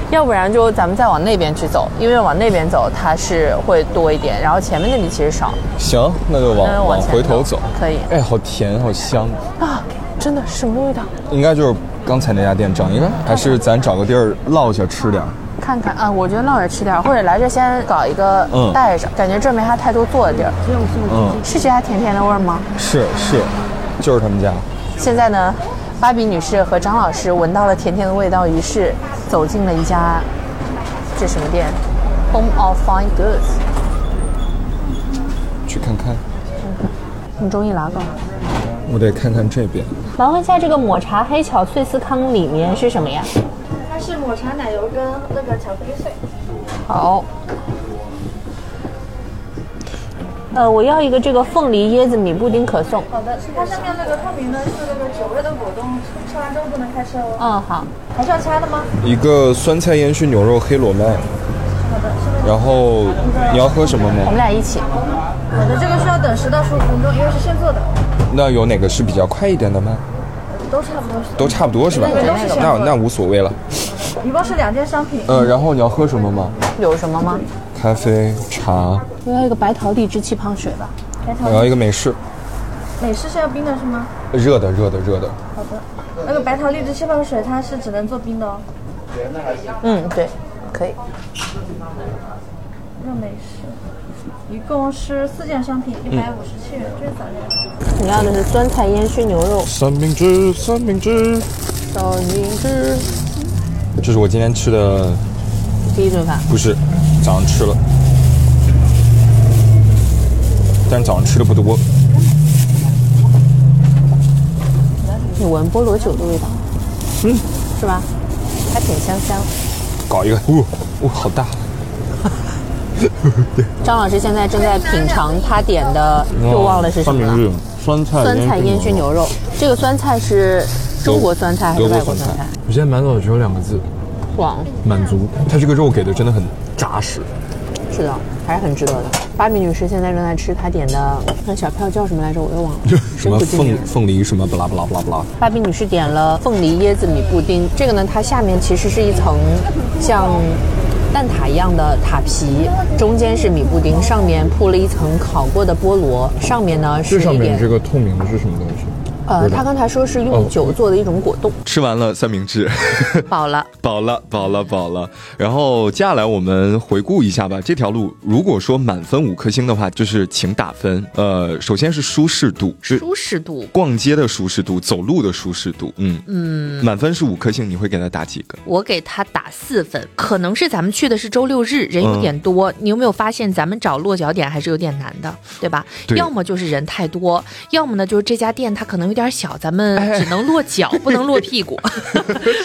[SPEAKER 3] 要不然就咱们再往那边去走，因为往那边走它是会多一点，然后前面那里其实少。
[SPEAKER 4] 行，那就
[SPEAKER 3] 那
[SPEAKER 4] 往
[SPEAKER 3] 就往
[SPEAKER 4] 往
[SPEAKER 3] 前
[SPEAKER 4] 回头
[SPEAKER 3] 走
[SPEAKER 4] 走。
[SPEAKER 3] 可以
[SPEAKER 4] 哎，好甜，好香，
[SPEAKER 3] 啊，真的什么味道？
[SPEAKER 4] 应该就是刚才那家店长，应该还是咱找个地儿落下吃点儿。
[SPEAKER 3] 看看啊，我觉得落着吃点儿，或者来这先搞一个
[SPEAKER 4] 嗯
[SPEAKER 3] 带着，感觉这儿没啥太多坐的地儿。
[SPEAKER 4] 嗯，
[SPEAKER 3] 是这家甜甜的味儿吗？
[SPEAKER 4] 是是，就是他们家。
[SPEAKER 3] 现在呢，芭比女士和张老师闻到了甜甜的味道，于是走进了一家这什么店？Home of Fine Goods。
[SPEAKER 4] 去看看，
[SPEAKER 3] 你中意哪个？
[SPEAKER 4] 我得看看这边。
[SPEAKER 3] 麻烦一下，这个抹茶黑巧脆司康里面是什么呀？
[SPEAKER 7] 它是抹茶奶油跟那个巧克力碎。
[SPEAKER 3] 好。呃，我要一个这个凤梨椰子米布丁可颂。
[SPEAKER 7] 好的，它上面那个透明的是那个九月的果冻，吃完之后不能开车哦。
[SPEAKER 3] 嗯，好。
[SPEAKER 7] 还是要掐的吗？
[SPEAKER 4] 一个酸菜烟熏牛肉黑罗曼。然后你要喝什么
[SPEAKER 3] 我
[SPEAKER 4] 吗
[SPEAKER 3] 们？俩一起。
[SPEAKER 7] 我的这个需要等十到十五分钟，因为是现做的，
[SPEAKER 4] 那有哪个是比较快一点的吗？
[SPEAKER 7] 都差不多是。
[SPEAKER 4] 都差不多是吧？
[SPEAKER 7] 那个都是现
[SPEAKER 4] 那
[SPEAKER 7] 做的
[SPEAKER 4] 那无所谓了。
[SPEAKER 7] 一共是两件商品。
[SPEAKER 4] 呃，然后你要喝什么吗？
[SPEAKER 3] 有什么吗？
[SPEAKER 4] 咖啡、茶，
[SPEAKER 3] 我要一个白桃荔枝气泡水吧。
[SPEAKER 7] 白
[SPEAKER 4] 我
[SPEAKER 7] 桃
[SPEAKER 4] 要一个美式，
[SPEAKER 7] 美式是要冰的是吗？
[SPEAKER 4] 热的热的热的。
[SPEAKER 7] 好的。那个白桃荔枝气泡水它是只能做冰的哦。
[SPEAKER 3] 嗯，对，可以。
[SPEAKER 7] 那美式。一共是四件商品，一百五十七元，这是咋的？
[SPEAKER 3] 你要的是酸菜烟熏牛肉。
[SPEAKER 4] 三明治，三明治，
[SPEAKER 3] 小明之
[SPEAKER 4] 这是我今天吃的，
[SPEAKER 3] 第一顿饭。
[SPEAKER 4] 不是，早上吃了，但早上吃的不多。
[SPEAKER 3] 你闻菠萝酒的味道，嗯，是吧？还挺香香。
[SPEAKER 4] 搞一个，
[SPEAKER 3] 哦
[SPEAKER 4] 呜、呜、好大，
[SPEAKER 3] 张老师现在正在品尝他点的，
[SPEAKER 4] 哦
[SPEAKER 3] 又忘了是什么了。
[SPEAKER 4] 了。酸菜
[SPEAKER 3] 酸菜烟熏牛肉，这个酸菜是中国酸菜还是
[SPEAKER 4] 德
[SPEAKER 3] 外
[SPEAKER 4] 国
[SPEAKER 3] 国
[SPEAKER 4] 酸
[SPEAKER 3] 酸菜？
[SPEAKER 4] 我现在满脑子只有两个字：
[SPEAKER 3] 哇，
[SPEAKER 4] 满足。它这个肉给的真的很扎 实。
[SPEAKER 3] 是的，还是很值得的。芭比女士现在正在吃她点的那小票叫什么来着？我又忘了，
[SPEAKER 4] 什
[SPEAKER 3] 真
[SPEAKER 4] 么
[SPEAKER 3] 不经
[SPEAKER 4] 凤
[SPEAKER 3] 典。
[SPEAKER 4] 凤梨什么不拉不拉不拉不拉，
[SPEAKER 3] 芭比女士点了凤梨椰子米布丁，这个呢，它下面其实是一层像蛋挞一样的塔皮，中间是米布丁，上面铺了一层烤过的菠萝，上面呢是一点
[SPEAKER 4] 个透明的是什么东西？
[SPEAKER 3] 呃，
[SPEAKER 6] 有点
[SPEAKER 3] 他刚才说是用酒做的一种果冻，
[SPEAKER 4] 吃完了三明治，
[SPEAKER 5] 饱了。
[SPEAKER 4] 饱了，饱了，饱了。然后接下来我们回顾一下吧，这条路如果说满分五颗星的话，就是请打分。呃，首先是舒适度，是
[SPEAKER 5] 舒适度，
[SPEAKER 4] 逛街的舒适度，走路的舒适度。嗯嗯，满分是五颗星，你会给它打几个？
[SPEAKER 5] 我给他打四分，可能是咱们去的是周六日，人有点多。
[SPEAKER 3] 嗯
[SPEAKER 5] 你有没有发现咱们找落脚点还是有点难的，对吧？
[SPEAKER 4] 对
[SPEAKER 5] 要么就是人太多，要么呢就是这家店它可能有点小，咱们 只能落脚，不能落屁股。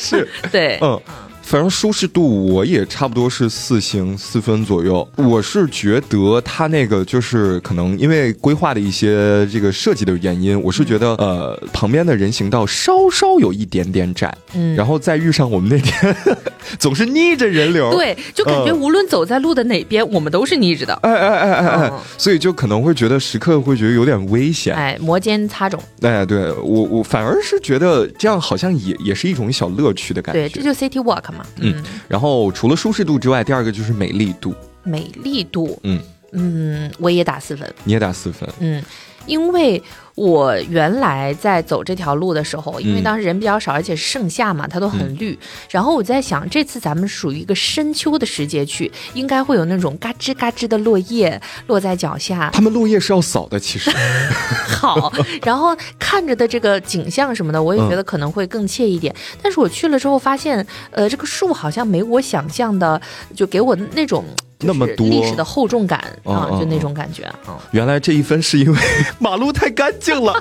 [SPEAKER 4] 是，
[SPEAKER 5] 对，
[SPEAKER 4] 嗯。反正舒适度我也差不多是四星四分左右。我是觉得它那个就是可能因为规划的一些这个设计的原因，我是觉得
[SPEAKER 5] 嗯
[SPEAKER 4] 呃旁边的人行道稍稍有一点点窄，
[SPEAKER 5] 嗯
[SPEAKER 4] 然后再遇上我们那天 总是逆着人流，
[SPEAKER 5] 对，就感觉
[SPEAKER 4] 嗯
[SPEAKER 5] 无论走在路的哪边，我们都是逆着的。
[SPEAKER 4] 哎哎哎哎哎
[SPEAKER 5] 嗯，
[SPEAKER 4] 所以就可能会觉得时刻会觉得有点危险。
[SPEAKER 5] 哎，摩肩擦踵，
[SPEAKER 4] 哎，对我我反而是觉得这样好像也也是一种小乐趣的感觉。
[SPEAKER 5] 对，这就 City Walk 嘛。
[SPEAKER 4] 嗯，然后除了舒适度之外，第二个就是美丽度。
[SPEAKER 5] 美丽度，
[SPEAKER 4] 嗯，
[SPEAKER 5] 嗯，我也打四分。
[SPEAKER 4] 你也打四分，
[SPEAKER 5] 嗯，因为我原来在走这条路的时候，
[SPEAKER 4] 嗯
[SPEAKER 5] 因为当时人比较少，而且是盛夏嘛，它都很绿。然后我在想，这次咱们属于一个深秋的时节去，应该会有那种嘎吱嘎吱的落叶落在脚下，
[SPEAKER 4] 他们落叶是要扫的，其实
[SPEAKER 5] 嗯好，然后看着的这个景象什么的，我也觉
[SPEAKER 4] 嗯
[SPEAKER 5] 得可能会更惬意一点。但是我去了之后发现，呃，这个树好像没我想象的，就给我那种。就
[SPEAKER 4] 那么
[SPEAKER 5] 是
[SPEAKER 4] 多
[SPEAKER 5] 历史的厚重感啊、
[SPEAKER 4] 嗯嗯
[SPEAKER 5] 就那种感觉啊。
[SPEAKER 4] 原来这一分是因 为马路太干净了。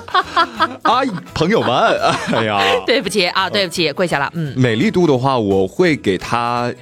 [SPEAKER 4] 啊，朋友们，哎呀，
[SPEAKER 5] 对不起啊，对不起，跪下了。嗯，
[SPEAKER 4] 美丽度的话，我会给他。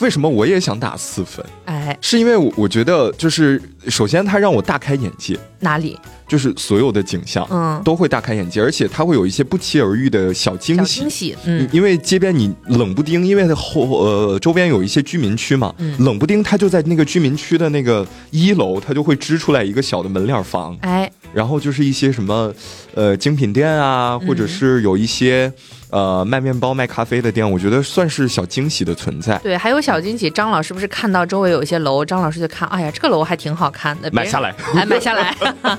[SPEAKER 4] 为什么我也想打四分？
[SPEAKER 5] 哎，
[SPEAKER 4] 是因为我我觉得就是首先它让我大开眼界，
[SPEAKER 5] 哪里？
[SPEAKER 4] 就是所有的景象，
[SPEAKER 5] 嗯
[SPEAKER 4] 都会大开眼界，而且它会有一些不期而遇的小惊
[SPEAKER 5] 小
[SPEAKER 4] 喜。
[SPEAKER 5] 惊喜，嗯，
[SPEAKER 4] 因为街边你冷不丁，因为它后呃周边有一些居民区嘛，
[SPEAKER 5] 嗯
[SPEAKER 4] 冷不丁它就在那个居民区的那个一楼，它就会支出来一个小的门脸房，
[SPEAKER 5] 哎，
[SPEAKER 4] 然后就是一些什么呃精品店啊，
[SPEAKER 5] 嗯
[SPEAKER 4] 或者是有一些呃卖面包、卖咖啡的店，我觉得算是小惊喜的存在。
[SPEAKER 5] 对，还有小惊喜。张老师不是看到周围有一些楼，张老师就看，哎呀，这个楼还挺好看的，别
[SPEAKER 4] 买
[SPEAKER 5] 人
[SPEAKER 4] 下来，
[SPEAKER 5] 哎，买下来，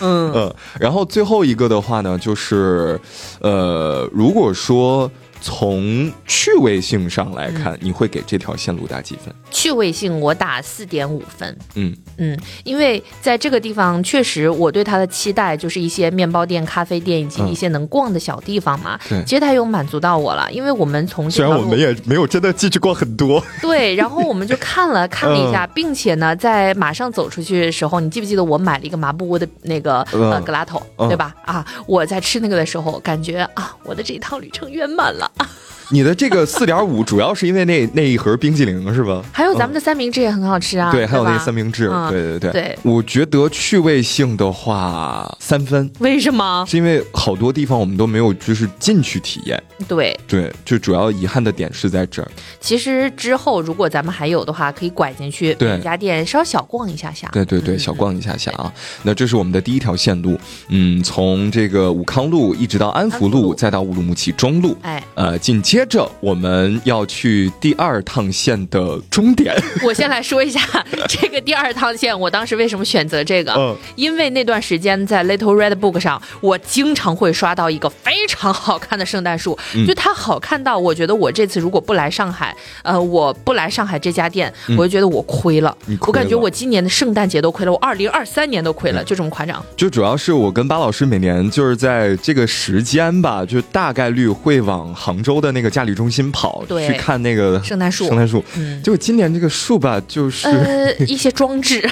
[SPEAKER 5] 嗯，
[SPEAKER 4] 嗯，然后最后一个的话呢，就是，呃，如果说从趣味性上来看，
[SPEAKER 5] 嗯
[SPEAKER 4] 你会给这条线路打几分？
[SPEAKER 5] 趣味性我打四点五分，
[SPEAKER 4] 嗯，
[SPEAKER 5] 嗯，因为在这个地方确实我对它的期待就是一些面包店、咖啡店以及
[SPEAKER 4] 嗯
[SPEAKER 5] 一些能逛的小地方嘛，
[SPEAKER 4] 对
[SPEAKER 5] 其实它有满足到我了，因为我们从这
[SPEAKER 4] 虽然
[SPEAKER 5] 条
[SPEAKER 4] 我
[SPEAKER 5] 路
[SPEAKER 4] 们也没有真的进去过很多，
[SPEAKER 5] 对，然后我们就 看了看了一
[SPEAKER 4] 嗯
[SPEAKER 5] 下，并且呢，在马上走出去的时候，你记不记得我买了一个麻布窝的那个呃
[SPEAKER 4] 嗯
[SPEAKER 5] 格拉头，
[SPEAKER 4] 嗯
[SPEAKER 5] 对吧？啊，我在吃那个的时候，感觉啊，我的这一趟旅程圆满了。啊
[SPEAKER 4] 你的这个四点五主要是因为那那一盒冰激凌是吧？
[SPEAKER 5] 还有咱们的三明治也很好吃啊，
[SPEAKER 4] 嗯对，还有那
[SPEAKER 5] 吧
[SPEAKER 4] 个三明治，
[SPEAKER 5] 嗯
[SPEAKER 4] 对对对。
[SPEAKER 5] 对
[SPEAKER 4] 我觉得趣味性的话，三分，
[SPEAKER 5] 为什么？
[SPEAKER 4] 是因为好多地方我们都没有就是进去体验。
[SPEAKER 5] 对，
[SPEAKER 4] 对，就主要遗憾的点是在这儿。
[SPEAKER 5] 其实之后如果咱们还有的话，可以拐进去
[SPEAKER 4] 对
[SPEAKER 5] 每家店稍小逛一下下。
[SPEAKER 4] 对对对，小逛一下下啊。那这是我们的第一条线路，嗯，从这个武康路一直到安福
[SPEAKER 5] 安福
[SPEAKER 4] 路，
[SPEAKER 5] 路
[SPEAKER 4] 再到乌鲁木齐中路。
[SPEAKER 5] 哎，
[SPEAKER 4] 呃，紧接着我们要去第二趟线的终点。
[SPEAKER 5] 我先来说一下这个第二趟线，我当时为什么选择这个？
[SPEAKER 4] 嗯
[SPEAKER 5] 因为那段时间在 Little Red Book 上，我经常会刷到一个非常好看的圣诞树，
[SPEAKER 4] 嗯
[SPEAKER 5] 就它好看到我觉得我这次如果不来上海，呃，我不来上海这家店，我就觉得我亏了。
[SPEAKER 4] 嗯你亏
[SPEAKER 5] 我感觉
[SPEAKER 4] 了嗯
[SPEAKER 5] 我今年的圣诞节都亏了，我二零二三年都亏了，就这么夸张。
[SPEAKER 4] 就主要是我跟巴老师每年就是在这个时间吧，就大概率会往杭州的那个嘉里中心跑，
[SPEAKER 5] 对
[SPEAKER 4] 去看那个
[SPEAKER 5] 圣诞树
[SPEAKER 4] 圣诞树，
[SPEAKER 5] 嗯
[SPEAKER 4] 就今年这个树吧，就是、
[SPEAKER 5] 呃，一些装置，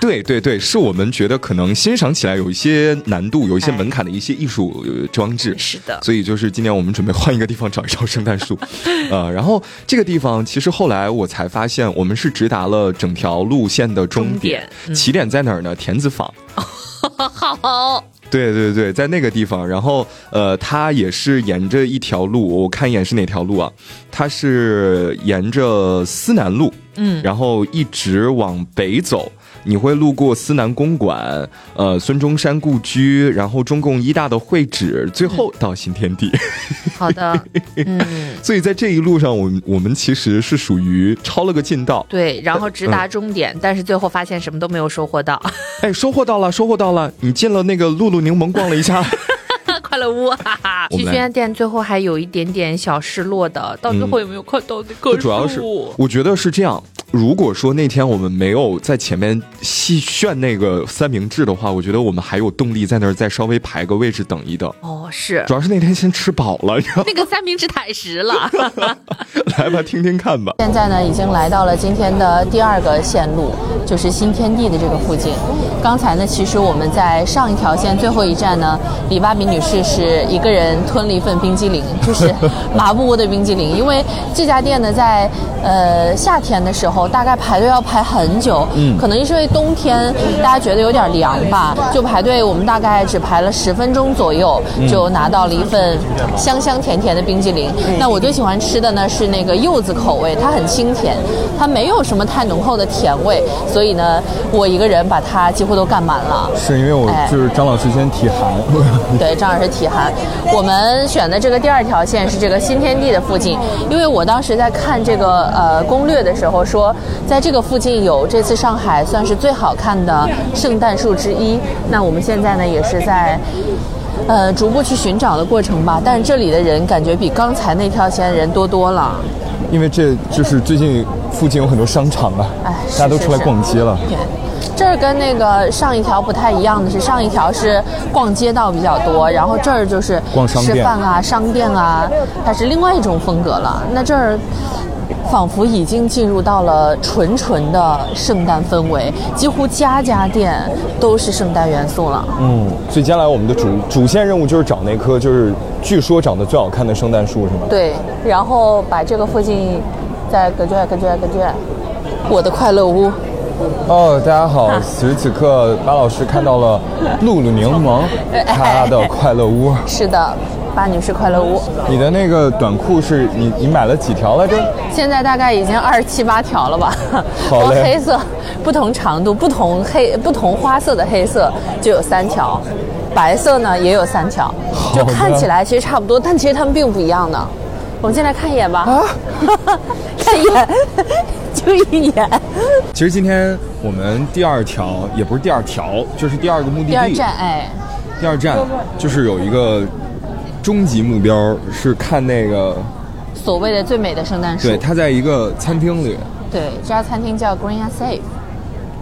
[SPEAKER 4] 对对对，是我们觉得可能欣赏起来有一些难度、有一些
[SPEAKER 5] 哎
[SPEAKER 4] 门槛的一些艺术呃装置。
[SPEAKER 5] 是的，
[SPEAKER 4] 所以就是今年我们准备换一个地方找一找圣诞树，呃，然后这个地方其实后来我才发现，我们是直达了整条路线的终
[SPEAKER 5] 终点嗯
[SPEAKER 4] 点，起点在哪儿呢？田子坊。
[SPEAKER 5] 好，
[SPEAKER 4] 对对对，在那个地方，然后呃，它也是沿着一条路，我看一眼是哪条路啊？它是沿着思南路，
[SPEAKER 5] 嗯
[SPEAKER 4] 然后一直往北走，你会路过思南公馆、呃孙中山故居，然后中共一大的会址，最后到新天地。
[SPEAKER 5] 好的，嗯。
[SPEAKER 4] 所以在这一路上，我们我们其实是属于抄了个近道。
[SPEAKER 5] 对，然后直
[SPEAKER 4] 嗯
[SPEAKER 5] 达终点，但是最后发现什么都没有收获到，
[SPEAKER 4] 哎，收获到了，收获到了！你进了那个露露柠檬逛了一下，
[SPEAKER 8] 快乐屋，哈哈。
[SPEAKER 4] 我
[SPEAKER 8] 去
[SPEAKER 4] 们来
[SPEAKER 8] 宣店最后还有一点点小失落的，到最后有没有看到那棵树？
[SPEAKER 4] 这嗯主要是我觉得是这样。如果说那天我们没有在前面细炫那个三明治的话，我觉得我们还有动力在那儿再稍微排个位置等一
[SPEAKER 5] 哎
[SPEAKER 4] 等。
[SPEAKER 8] 哦，是
[SPEAKER 4] 主要是那天先吃饱了，然后
[SPEAKER 8] 那个三明治太实了。
[SPEAKER 4] 来吧，听听看吧。
[SPEAKER 5] 现在呢，已经来到了今天的第二个线路，就是新天地的这个附近。刚才呢，其实我们在上一条线最后一站呢，李芭比女士是一个人吞了一份冰激凌， 就是麻布窝的冰激凌。因为这家店呢，在呃夏天的时候，大概排队要排很久，嗯，可能是因为冬天大家觉得有点凉吧，就排队。我们大概只排了十分钟左右，就拿到了一份香香甜甜的冰激凌。那我最喜欢吃的呢是那个柚子口味，它很清甜，它没有什么太浓厚的甜味，所以呢，我一个人把它几乎都干满了。
[SPEAKER 3] 是因为我
[SPEAKER 5] 哎
[SPEAKER 3] 就是张老师先体寒，
[SPEAKER 5] 对，张老师体寒。我们选的这个第二条线是这个新天地的附近，因为我当时在看这个呃攻略的时候说，在这个附近有哦这次上海算是最好看的圣诞树之一。那我们现在呢也是在。呃，逐步去寻找的过程吧，但是这里的人感觉比刚才那条线人多多了。
[SPEAKER 3] 因为这就是最近附近有很多商场啊
[SPEAKER 5] 哎，是
[SPEAKER 3] 大家都出来
[SPEAKER 5] 是
[SPEAKER 3] 逛街了。
[SPEAKER 5] 对，这儿跟那个上一条不太一样的是，上一条是逛街道比较多，然后这儿就是
[SPEAKER 3] 逛商店
[SPEAKER 5] 吃饭啊、商店啊，它是另外一种风格了。那这儿。仿佛已经进入到了纯纯的圣诞氛围，几乎家家店都是圣诞元素了。
[SPEAKER 3] 嗯，所以接下来我们的主主线任务就是找那棵就是据说长得最好看的圣诞树，是吗？
[SPEAKER 5] 对，然后把这个附近再隔绝、隔绝、隔绝。我的快乐屋，
[SPEAKER 3] 哦，大家好，此时此刻巴老师看到了露露柠 檬，他的快乐屋。
[SPEAKER 5] 是的，巴女士快乐屋。
[SPEAKER 3] 你的那个短裤是你你买了几条来着？
[SPEAKER 5] 现在大概已经二十七八条了吧，
[SPEAKER 3] 好
[SPEAKER 5] 光
[SPEAKER 3] 嘞
[SPEAKER 5] 黑色不同长度、不同黑、不同花色的黑色就有三条，白色呢也有三条，
[SPEAKER 3] 好
[SPEAKER 5] 就
[SPEAKER 3] 的
[SPEAKER 5] 看起来其实差不多，但其实它们并不一样的。我们进来看一眼吧，
[SPEAKER 3] 啊
[SPEAKER 5] 看一眼，就一眼。
[SPEAKER 3] 其实今天我们第二条也不是第二条，就是第二个目的地，
[SPEAKER 5] 第二站，哎，
[SPEAKER 3] 第二站就是有一个终极目标是看那个，
[SPEAKER 5] 所谓的最美的圣诞树，
[SPEAKER 3] 对，它在一个餐厅里，
[SPEAKER 5] 对，这家餐厅叫 Green and Safe。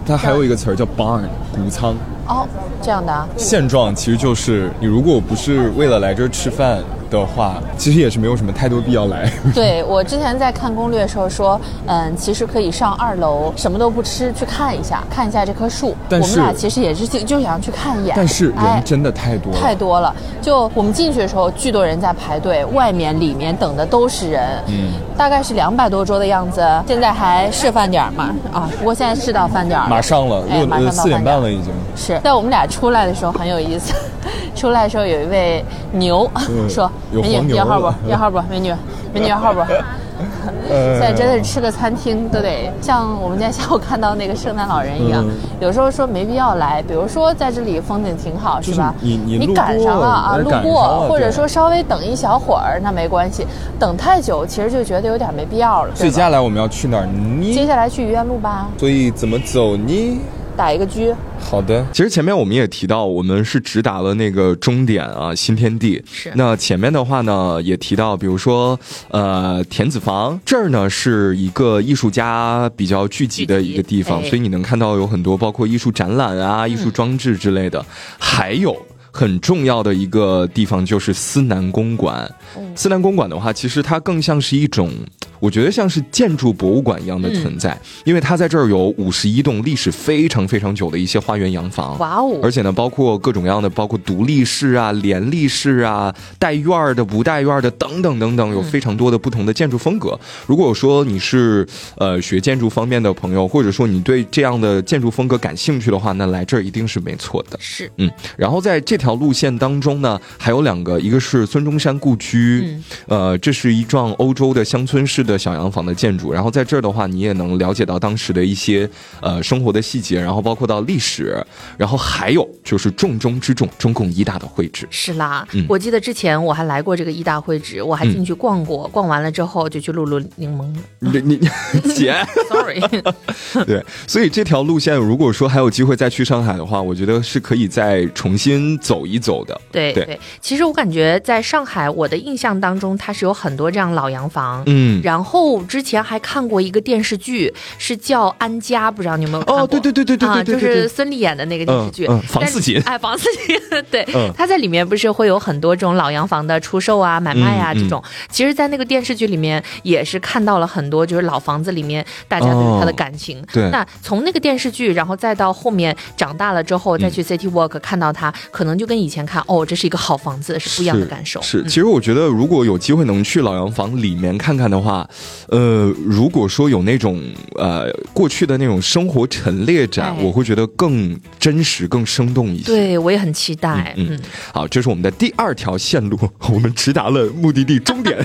[SPEAKER 3] 它还有一个词儿叫 barn 谷仓。
[SPEAKER 5] 哦，这样的啊，
[SPEAKER 3] 现状其实就是，你如果不是为了来这儿吃饭的话，其实也是没有什么太多必要来。
[SPEAKER 5] 对我之前在看攻略的时候说，嗯，其实可以上二楼，什么都不吃，去看一下，看一下这棵树。
[SPEAKER 3] 但
[SPEAKER 5] 我们俩
[SPEAKER 3] 是
[SPEAKER 5] 其实也是就就想去看一眼，
[SPEAKER 3] 但是
[SPEAKER 5] 哎
[SPEAKER 3] 人真的太多了，
[SPEAKER 5] 太多了。就我们进去的时候，巨多人在排队，外面、里面等的都是人。嗯，大概是两百多桌的样子。现在还是饭点儿嘛？啊，不过现在是到饭点儿了，
[SPEAKER 3] 马上了，
[SPEAKER 5] 哎，马上
[SPEAKER 3] 六呃
[SPEAKER 5] 到
[SPEAKER 3] 四点
[SPEAKER 5] 饭点
[SPEAKER 3] 半
[SPEAKER 5] 儿
[SPEAKER 3] 了已经。
[SPEAKER 5] 是在我们俩出来的时候很有意思， 出来的时候有一位牛说：“
[SPEAKER 3] 嗯有
[SPEAKER 5] 美
[SPEAKER 3] 黄
[SPEAKER 5] 女，
[SPEAKER 3] 牛
[SPEAKER 5] 摇号
[SPEAKER 3] 了嗯
[SPEAKER 5] 不？摇号不？美 女，美女摇号不？”现在
[SPEAKER 3] 呃
[SPEAKER 5] 真的是吃个餐厅都得像我们今天 下午看到那个圣诞老人
[SPEAKER 3] 嗯
[SPEAKER 5] 一样，有时候说没必要来，比如说在这里风景挺好，
[SPEAKER 3] 就是
[SPEAKER 5] 是吧？
[SPEAKER 3] 你你路
[SPEAKER 5] 赶
[SPEAKER 3] 过
[SPEAKER 5] 上了啊，
[SPEAKER 3] 哎
[SPEAKER 5] 路
[SPEAKER 3] 赶上
[SPEAKER 5] 过
[SPEAKER 3] 了
[SPEAKER 5] 或者
[SPEAKER 3] 对
[SPEAKER 5] 说稍微等一小会儿那没关系，等太久其实就觉得有点没必要了，
[SPEAKER 3] 所以
[SPEAKER 5] 对
[SPEAKER 3] 接
[SPEAKER 5] 吧？
[SPEAKER 3] 下来我们要去哪儿
[SPEAKER 5] 接
[SPEAKER 3] 呢？
[SPEAKER 5] 下来去愚园路吧，
[SPEAKER 3] 所以怎么走呢？
[SPEAKER 5] 打一个车。
[SPEAKER 3] 好的，
[SPEAKER 4] 其实前面我们也提到，我们是直达了那个终点啊，新天地。
[SPEAKER 8] 是
[SPEAKER 4] 那前面的话呢，也提到，比如说呃，田子坊这儿呢是一个艺术家比较聚集的一个地方，
[SPEAKER 8] 聚集哎
[SPEAKER 4] 所以你能看到有很多包括艺术展览啊、
[SPEAKER 5] 嗯
[SPEAKER 4] 艺术装置之类的，还有。很重要的一个地方就是思南公馆。
[SPEAKER 8] 嗯
[SPEAKER 4] 思南公馆的话，其实它更像是一种，我觉得像是建筑博物馆一样的存在，
[SPEAKER 8] 嗯
[SPEAKER 4] 因为它在这儿有五十一栋历史非常非常久的一些花园洋房。
[SPEAKER 8] 哇哦
[SPEAKER 4] 而且呢，包括各种各样的，包括独立式啊、联立式啊、带院儿的、不带院儿的等等等
[SPEAKER 8] 嗯
[SPEAKER 4] 等，有非常多的不同的建筑风格。如果说你是呃学建筑方面的朋友，或者说你对这样的建筑风格感兴趣的话，那来这儿一定是没错的。
[SPEAKER 8] 是
[SPEAKER 4] 嗯，然后在这条路线当中
[SPEAKER 5] 嗯
[SPEAKER 4] 呢，还有两个，一个是孙中山故居，呃，这是一幢欧洲的乡村式的小洋房的建筑。然后在这儿的话，你也能了解到当时的一些呃生活的细节，然后包括到历史，然后还有就是重中之重，中共一大的绘制。
[SPEAKER 5] 是啦，
[SPEAKER 4] 嗯
[SPEAKER 5] 我记得之前我还来过这个一大会址，我还进去逛过，逛完了之后就去露露柠檬
[SPEAKER 4] 你
[SPEAKER 5] 了。
[SPEAKER 4] 你 姐，
[SPEAKER 5] Sorry，
[SPEAKER 4] 对，所以这条路线如果说还有机会再去上海的话，我觉得是可以再重新走一走的。
[SPEAKER 5] 对
[SPEAKER 4] 对
[SPEAKER 5] 对，其实我感觉在上海，我的印象当中，它是有很多这样老洋房。
[SPEAKER 4] 嗯，
[SPEAKER 5] 然后之前还看过一个电视剧，是叫《安家》，不知道你有没有看过？
[SPEAKER 4] 哦，对对对对对
[SPEAKER 5] 啊，
[SPEAKER 4] 对对
[SPEAKER 5] 就是
[SPEAKER 4] 对
[SPEAKER 5] 孙俪演的那个电视
[SPEAKER 4] 嗯
[SPEAKER 5] 剧。
[SPEAKER 4] 嗯，房
[SPEAKER 5] 但
[SPEAKER 4] 似锦，
[SPEAKER 5] 哎，房似锦， 对
[SPEAKER 4] 嗯，
[SPEAKER 5] 他在里面不是会有很多这种老洋房的出售啊、买卖啊
[SPEAKER 4] 嗯
[SPEAKER 5] 这种。其实，在那个电视剧里面也是看到了很多，就是老房子里面大家对于他的感情。
[SPEAKER 4] 哦对
[SPEAKER 5] 那从那个电视剧，然后再到后面长大了之后
[SPEAKER 4] 嗯
[SPEAKER 5] 再去 City Walk 看到它，可能就跟以前看哦，这是一个好房子是不一样的感受。
[SPEAKER 4] 是，
[SPEAKER 5] 嗯
[SPEAKER 4] 其实我觉得如果有机会能去老洋房里面看看的话，呃，如果说有那种呃过去的那种生活陈列展，
[SPEAKER 5] 哎
[SPEAKER 4] 我会觉得更真实、更生动一些。，
[SPEAKER 5] 对我也很期待。
[SPEAKER 4] 嗯嗯好，这是我们的第二条线路，我们直达了目的地终 点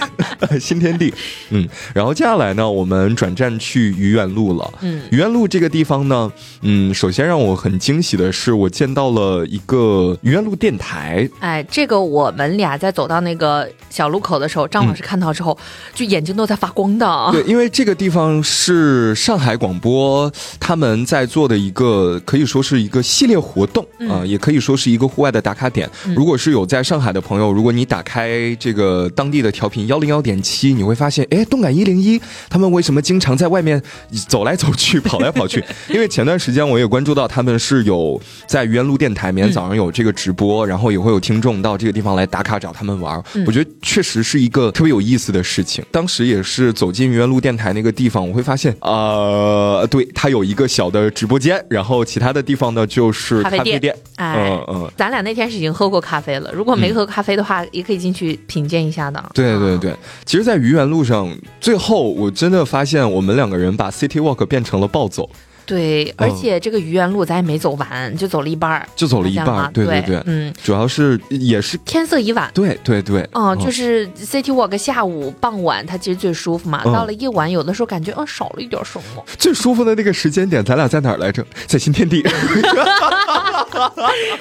[SPEAKER 4] 新天地。嗯，然后接下来呢，我们转战去愚园路了。
[SPEAKER 5] 嗯
[SPEAKER 4] 愚园路这个地方呢，嗯，首先让我很惊喜的是，我见到了一个愚园路电台。
[SPEAKER 5] 哎，这个我们俩在走到那个小路口的时候，张老师看到之后，就眼睛都在发光
[SPEAKER 4] 嗯
[SPEAKER 5] 的。啊
[SPEAKER 4] 对，因为这个地方是上海广播他们在做的一个，可以说是一个系列活动啊、呃也可以说是一个户外的打卡点。如果是有在上海的朋友，如果你打开这个当地的调频幺零幺点七，你会发现，哎，动感一零一他们为什么经常在外面走来走去、跑来跑去？因为前段时间我也关注到他们是有在愚园路电台每
[SPEAKER 5] 嗯
[SPEAKER 4] 天早上有这个直播，然后也会有听众到这个地方来打卡找他们玩儿。
[SPEAKER 5] 嗯
[SPEAKER 4] 我觉得确实是一个特别有意思的事情。当时也是走进愚园路电台那个地方，我会发现，呃，对，它有一个小的直播间，然后其他的地方呢就是咖
[SPEAKER 5] 咖啡
[SPEAKER 4] 啡
[SPEAKER 5] 店
[SPEAKER 4] 店。
[SPEAKER 5] 哎
[SPEAKER 4] 嗯嗯。
[SPEAKER 5] 咱俩那天是已经喝过咖啡了，如果没喝咖啡的话，也可以进去品鉴一下的。
[SPEAKER 4] 对对
[SPEAKER 5] 哦
[SPEAKER 4] 对，其实，在愚园路上，最后我真的发现，我们两个人把 City Walk 变成了暴走，
[SPEAKER 5] 对，而且这个愚园路咱也没走完，就走了一半儿，
[SPEAKER 4] 就走了一半儿
[SPEAKER 5] 发现吗
[SPEAKER 4] 对对
[SPEAKER 5] 对
[SPEAKER 4] 对
[SPEAKER 5] 嗯，
[SPEAKER 4] 主要是也是
[SPEAKER 5] 天色已晚。
[SPEAKER 4] 对对对，
[SPEAKER 5] 哦，
[SPEAKER 4] 嗯
[SPEAKER 5] 就是 City Walk 下午傍晚，它其实最舒服嘛。
[SPEAKER 4] 嗯
[SPEAKER 5] 到了夜晚，有的时候感觉，嗯，少了一点什么。
[SPEAKER 4] 最舒服的那个时间点，咱俩在哪儿来 着？在新 天地。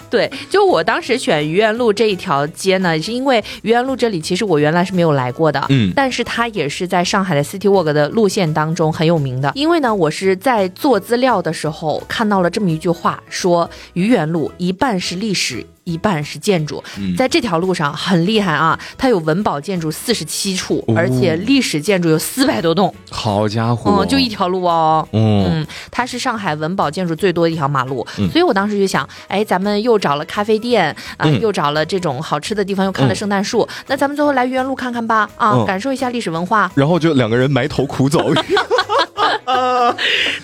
[SPEAKER 5] 对，就我当时选愚园路这一条街呢，是因为愚园路这里其实我原来是没有来过的，
[SPEAKER 4] 嗯
[SPEAKER 5] 但是它也是在上海的 City Walk 的路线当中很有名的。因为呢，我是在做资料的时候看到了这么一句话，说愚园路一半是历史。一半是建筑，
[SPEAKER 4] 嗯
[SPEAKER 5] 在这条路上很厉害啊！它有文保建筑四十七处，
[SPEAKER 4] 哦
[SPEAKER 5] 而且历史建筑有四百多栋，
[SPEAKER 4] 好家伙，
[SPEAKER 5] 嗯，就一条路哦。
[SPEAKER 4] 嗯，
[SPEAKER 5] 嗯，它是上海文保建筑最多的一条马路，所以我当时就想，哎，咱们又找了咖啡店，啊、
[SPEAKER 4] 嗯
[SPEAKER 5] 又找了这种好吃的地方，又看了圣诞树，那咱们最后来愚园路看看吧，啊，
[SPEAKER 4] 嗯
[SPEAKER 5] 感受一下历史文化。
[SPEAKER 4] 然后就两个人埋头苦 走。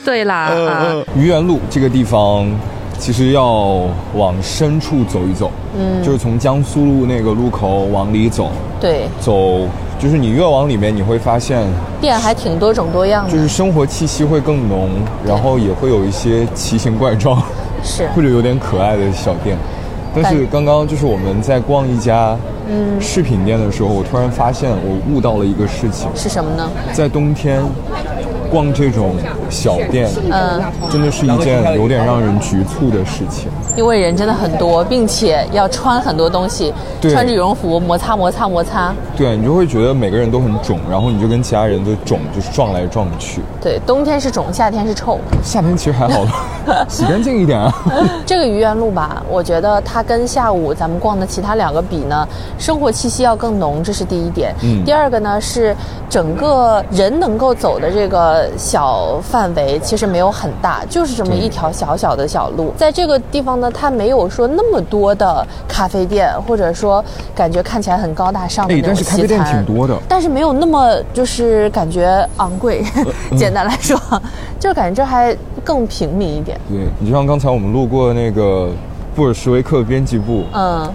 [SPEAKER 5] 对啦，
[SPEAKER 4] 呃
[SPEAKER 5] 啊，
[SPEAKER 6] 愚园路这个地方，其实要往深处走一走，嗯，就是从江苏路那个路口往里走，
[SPEAKER 3] 对，
[SPEAKER 6] 走就是你越往里面，你会发现
[SPEAKER 3] 店还挺多种多样
[SPEAKER 6] 就
[SPEAKER 3] 的，
[SPEAKER 6] 是生活气息会更浓，然后也会有一些奇形怪状，
[SPEAKER 3] 是
[SPEAKER 6] 或者有点可爱的小店。但是刚刚就是我们在逛一家饰品店的时候，我突然发现我悟到了一个事情，
[SPEAKER 3] 是什么呢？
[SPEAKER 6] 在冬天逛这种小店，真的是一件有点让人局促的事情。
[SPEAKER 3] 因为人真的很多，并且要穿很多东西，
[SPEAKER 6] 对
[SPEAKER 3] 穿着羽绒服摩擦摩擦
[SPEAKER 5] 呃
[SPEAKER 3] 摩擦。
[SPEAKER 6] 对，你就会觉得每个人都很肿，然后你就跟其他人的肿就是撞来撞去。
[SPEAKER 3] 对，冬天是肿，夏天是臭。
[SPEAKER 6] 夏天其实还好吧，洗干净一点啊。
[SPEAKER 3] 这个愚园路吧，我觉得它跟下午咱们逛的其他两个比呢，生活气息要更浓，这是第一点。
[SPEAKER 6] 嗯
[SPEAKER 3] 第二个呢是整个人能够走的这个小范围其实没有很大，就是这么一条小小的小路。在这个地方呢，它没有说那么多的咖啡店，或者说感觉看起来很高大上的
[SPEAKER 6] 哎
[SPEAKER 3] 那，种
[SPEAKER 6] 但是咖啡店
[SPEAKER 3] 西餐
[SPEAKER 6] 挺多的。
[SPEAKER 3] 但是没有那么就是感觉昂贵，
[SPEAKER 6] 呃 嗯
[SPEAKER 3] 简单来说，就是感觉这还更平民一点。
[SPEAKER 6] 对你就像刚才我们路过那个布尔什维克编辑部，
[SPEAKER 3] 嗯，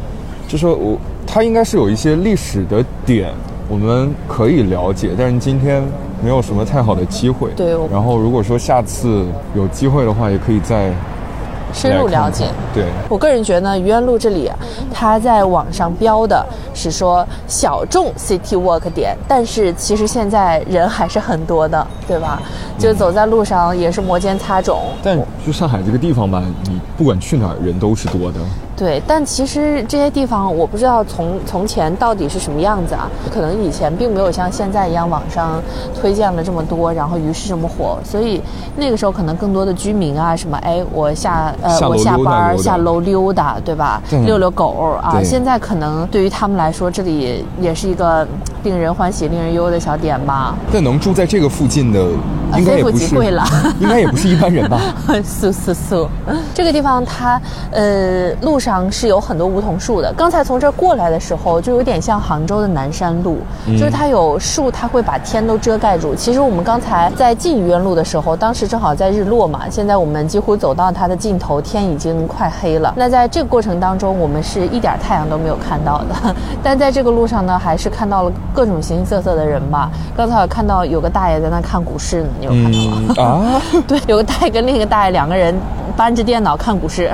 [SPEAKER 6] 就是我它应该是有一些历史的点我们可以了解，但是今天没有什么太好的机会。
[SPEAKER 3] 对我
[SPEAKER 6] 然后如果说下次有机会的话，也可以再
[SPEAKER 3] 深入了解。
[SPEAKER 6] 对，
[SPEAKER 3] 我个人觉得呢，愚园路这里，啊它在网上标的是说小众 City Walk 点，但是其实现在人还是很多的，对吧？就走在路上也是摩肩擦踵。
[SPEAKER 6] 但就上海这个地方吧，你不管去哪儿，人都是多的。
[SPEAKER 3] 对，但其实这些地方我不知道从从前到底是什么样子啊，可能以前并没有像现在一样网上推荐了这么多，然后于是这么火，所以那个时候可能更多的居民啊什么，哎，我下呃
[SPEAKER 6] 下楼
[SPEAKER 3] 我下班儿
[SPEAKER 6] 溜达溜达
[SPEAKER 3] 下楼溜达，对吧？
[SPEAKER 6] 对
[SPEAKER 3] 遛遛狗儿啊。
[SPEAKER 6] 对
[SPEAKER 3] 现在可能对于他们来说，这里也是一个令人欢喜、令人忧的小点吧。
[SPEAKER 6] 但能住在这个附近的，
[SPEAKER 3] 啊
[SPEAKER 6] 应该
[SPEAKER 3] 非
[SPEAKER 6] 也
[SPEAKER 3] 富
[SPEAKER 6] 不
[SPEAKER 3] 即
[SPEAKER 6] 是
[SPEAKER 3] 贵了，
[SPEAKER 6] 应该也不是一般 人吧？
[SPEAKER 3] 素素素，这个地方它呃路上是有很多梧桐树的。刚才从这儿过来的时候，就有点像杭州的南山路，就是它有树，它会把天都遮盖住。其实我们刚才在进愚园路的时候，当时正好在日落嘛，现在我们几乎走到它的尽头，天已经快黑了。那在这个过程当中，我们是一点儿太阳都没有看到的， 但在这个路上呢，还是看到了各种形形色色的人吧。刚才我看到有个大爷在那看股市呢，你有看到吗？
[SPEAKER 6] 嗯啊，
[SPEAKER 3] 对，有个大爷跟另一个大爷两个人搬着电脑看股市，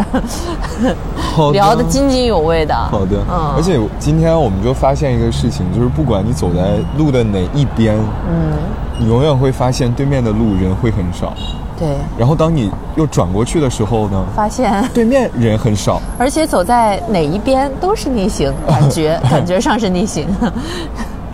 [SPEAKER 6] 好的
[SPEAKER 3] 聊得津津有味的。
[SPEAKER 6] 好的，
[SPEAKER 3] 嗯，
[SPEAKER 6] 而且今天我们就发现一个事情，就是不管你走在路的哪一边，嗯，你永远会发现对面的路人会很少，
[SPEAKER 3] 对，
[SPEAKER 6] 然后当你又转过去的时候呢，
[SPEAKER 3] 发现，
[SPEAKER 6] 对面人很少，
[SPEAKER 3] 而且走在哪一边都是逆行，感觉感觉上是逆行。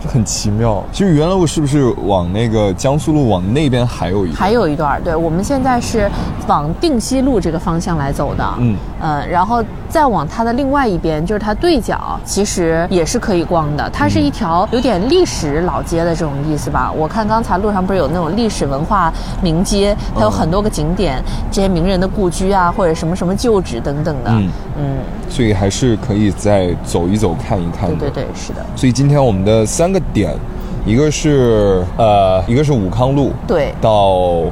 [SPEAKER 6] 这很奇妙。其实原路是不是往那个江苏路往那边还有一个？
[SPEAKER 3] 还有一段儿，对我们现在是往定西路这个方向来走的，
[SPEAKER 6] 嗯
[SPEAKER 3] 呃，然后再往它的另外一边，就是它对角，其实也是可以逛的。它
[SPEAKER 6] 嗯
[SPEAKER 3] 是一条有点历史老街的这种意思吧。我看刚才路上不是有那种历史文化名街，它
[SPEAKER 6] 嗯
[SPEAKER 3] 有很多个景点，这些名人的故居啊，或者什么什么旧址等等的。
[SPEAKER 6] 嗯
[SPEAKER 3] 嗯，
[SPEAKER 6] 所以还是可以再走一走、看一看
[SPEAKER 3] 对
[SPEAKER 6] 的。
[SPEAKER 3] 对对，是的，
[SPEAKER 6] 所以今天我们的三个点，一个是呃，一个是武康路，
[SPEAKER 3] 对
[SPEAKER 6] 到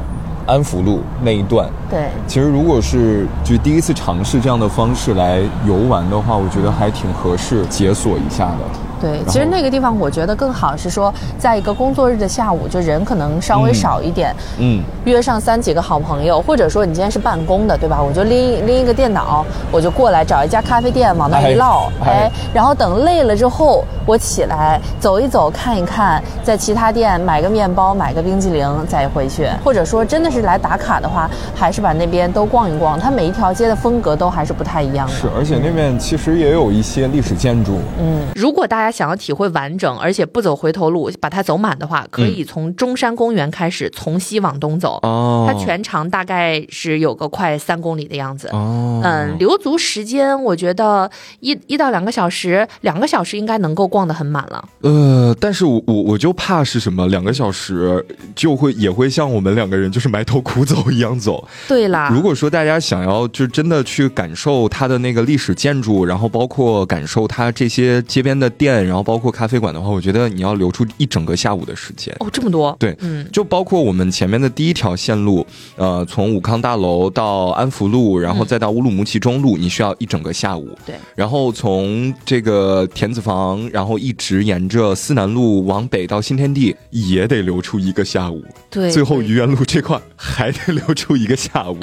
[SPEAKER 6] 安福路那一段。
[SPEAKER 3] 对。
[SPEAKER 6] 其实如果是就第一次尝试这样的方式来游玩的话，我觉得还挺合适，解锁一下的。
[SPEAKER 3] 对，
[SPEAKER 6] 后
[SPEAKER 3] 其实那个地方我觉得更好是说，在一个工作日的下午，就人可能稍微
[SPEAKER 6] 嗯
[SPEAKER 3] 少一点，
[SPEAKER 6] 嗯，
[SPEAKER 3] 约上三几个好朋友，或者说你今天是办公的，对吧？我就拎拎一个电脑，我就过来找一家咖啡店，往那儿一唠，
[SPEAKER 6] 哎
[SPEAKER 3] 哎
[SPEAKER 6] 哎
[SPEAKER 3] 然后等累了之后，我起来走一走，看一看，在其他店买个面包，买个冰激凌，再回去。或者说真的是来打卡的话，还是把那边都逛一逛，它每一条街的风格都还是不太一样的。
[SPEAKER 6] 是，而且那边其实也有一些历史建筑。
[SPEAKER 4] 嗯
[SPEAKER 5] 如果大家想要体会完整，而且不走回头路，把它走满的话，可以从中山公园开始，从西往东走。
[SPEAKER 4] 哦
[SPEAKER 5] 它全长大概是有个快三公里的样子。
[SPEAKER 4] 哦，
[SPEAKER 5] 嗯，留足时间，我觉得一一到两个小时，两个小时应该能够逛得很满了。
[SPEAKER 4] 呃，但是我我我就怕是什么，两个小时就会也会像我们两个人就是埋头苦走一样走。
[SPEAKER 5] 对啦，
[SPEAKER 4] 如果说大家想要就真的去感受它的那个历史建筑，然后包括感受它这些街边的店，然后包括咖啡馆的话，我觉得你要留出一整个下午的时间。
[SPEAKER 5] 哦这么多，
[SPEAKER 4] 对，
[SPEAKER 5] 嗯，
[SPEAKER 4] 就包括我们前面的第一条线路，呃，从武康大楼到安福路，然后再到乌鲁木齐中路，你需要一整个下午。
[SPEAKER 5] 嗯对，
[SPEAKER 4] 然后从这个田子坊，然后一直沿着思南路往北到新天地，也得留出一个下午。
[SPEAKER 5] 对
[SPEAKER 4] 最后
[SPEAKER 5] 对
[SPEAKER 4] 愚园路这块还得留出一个下 午。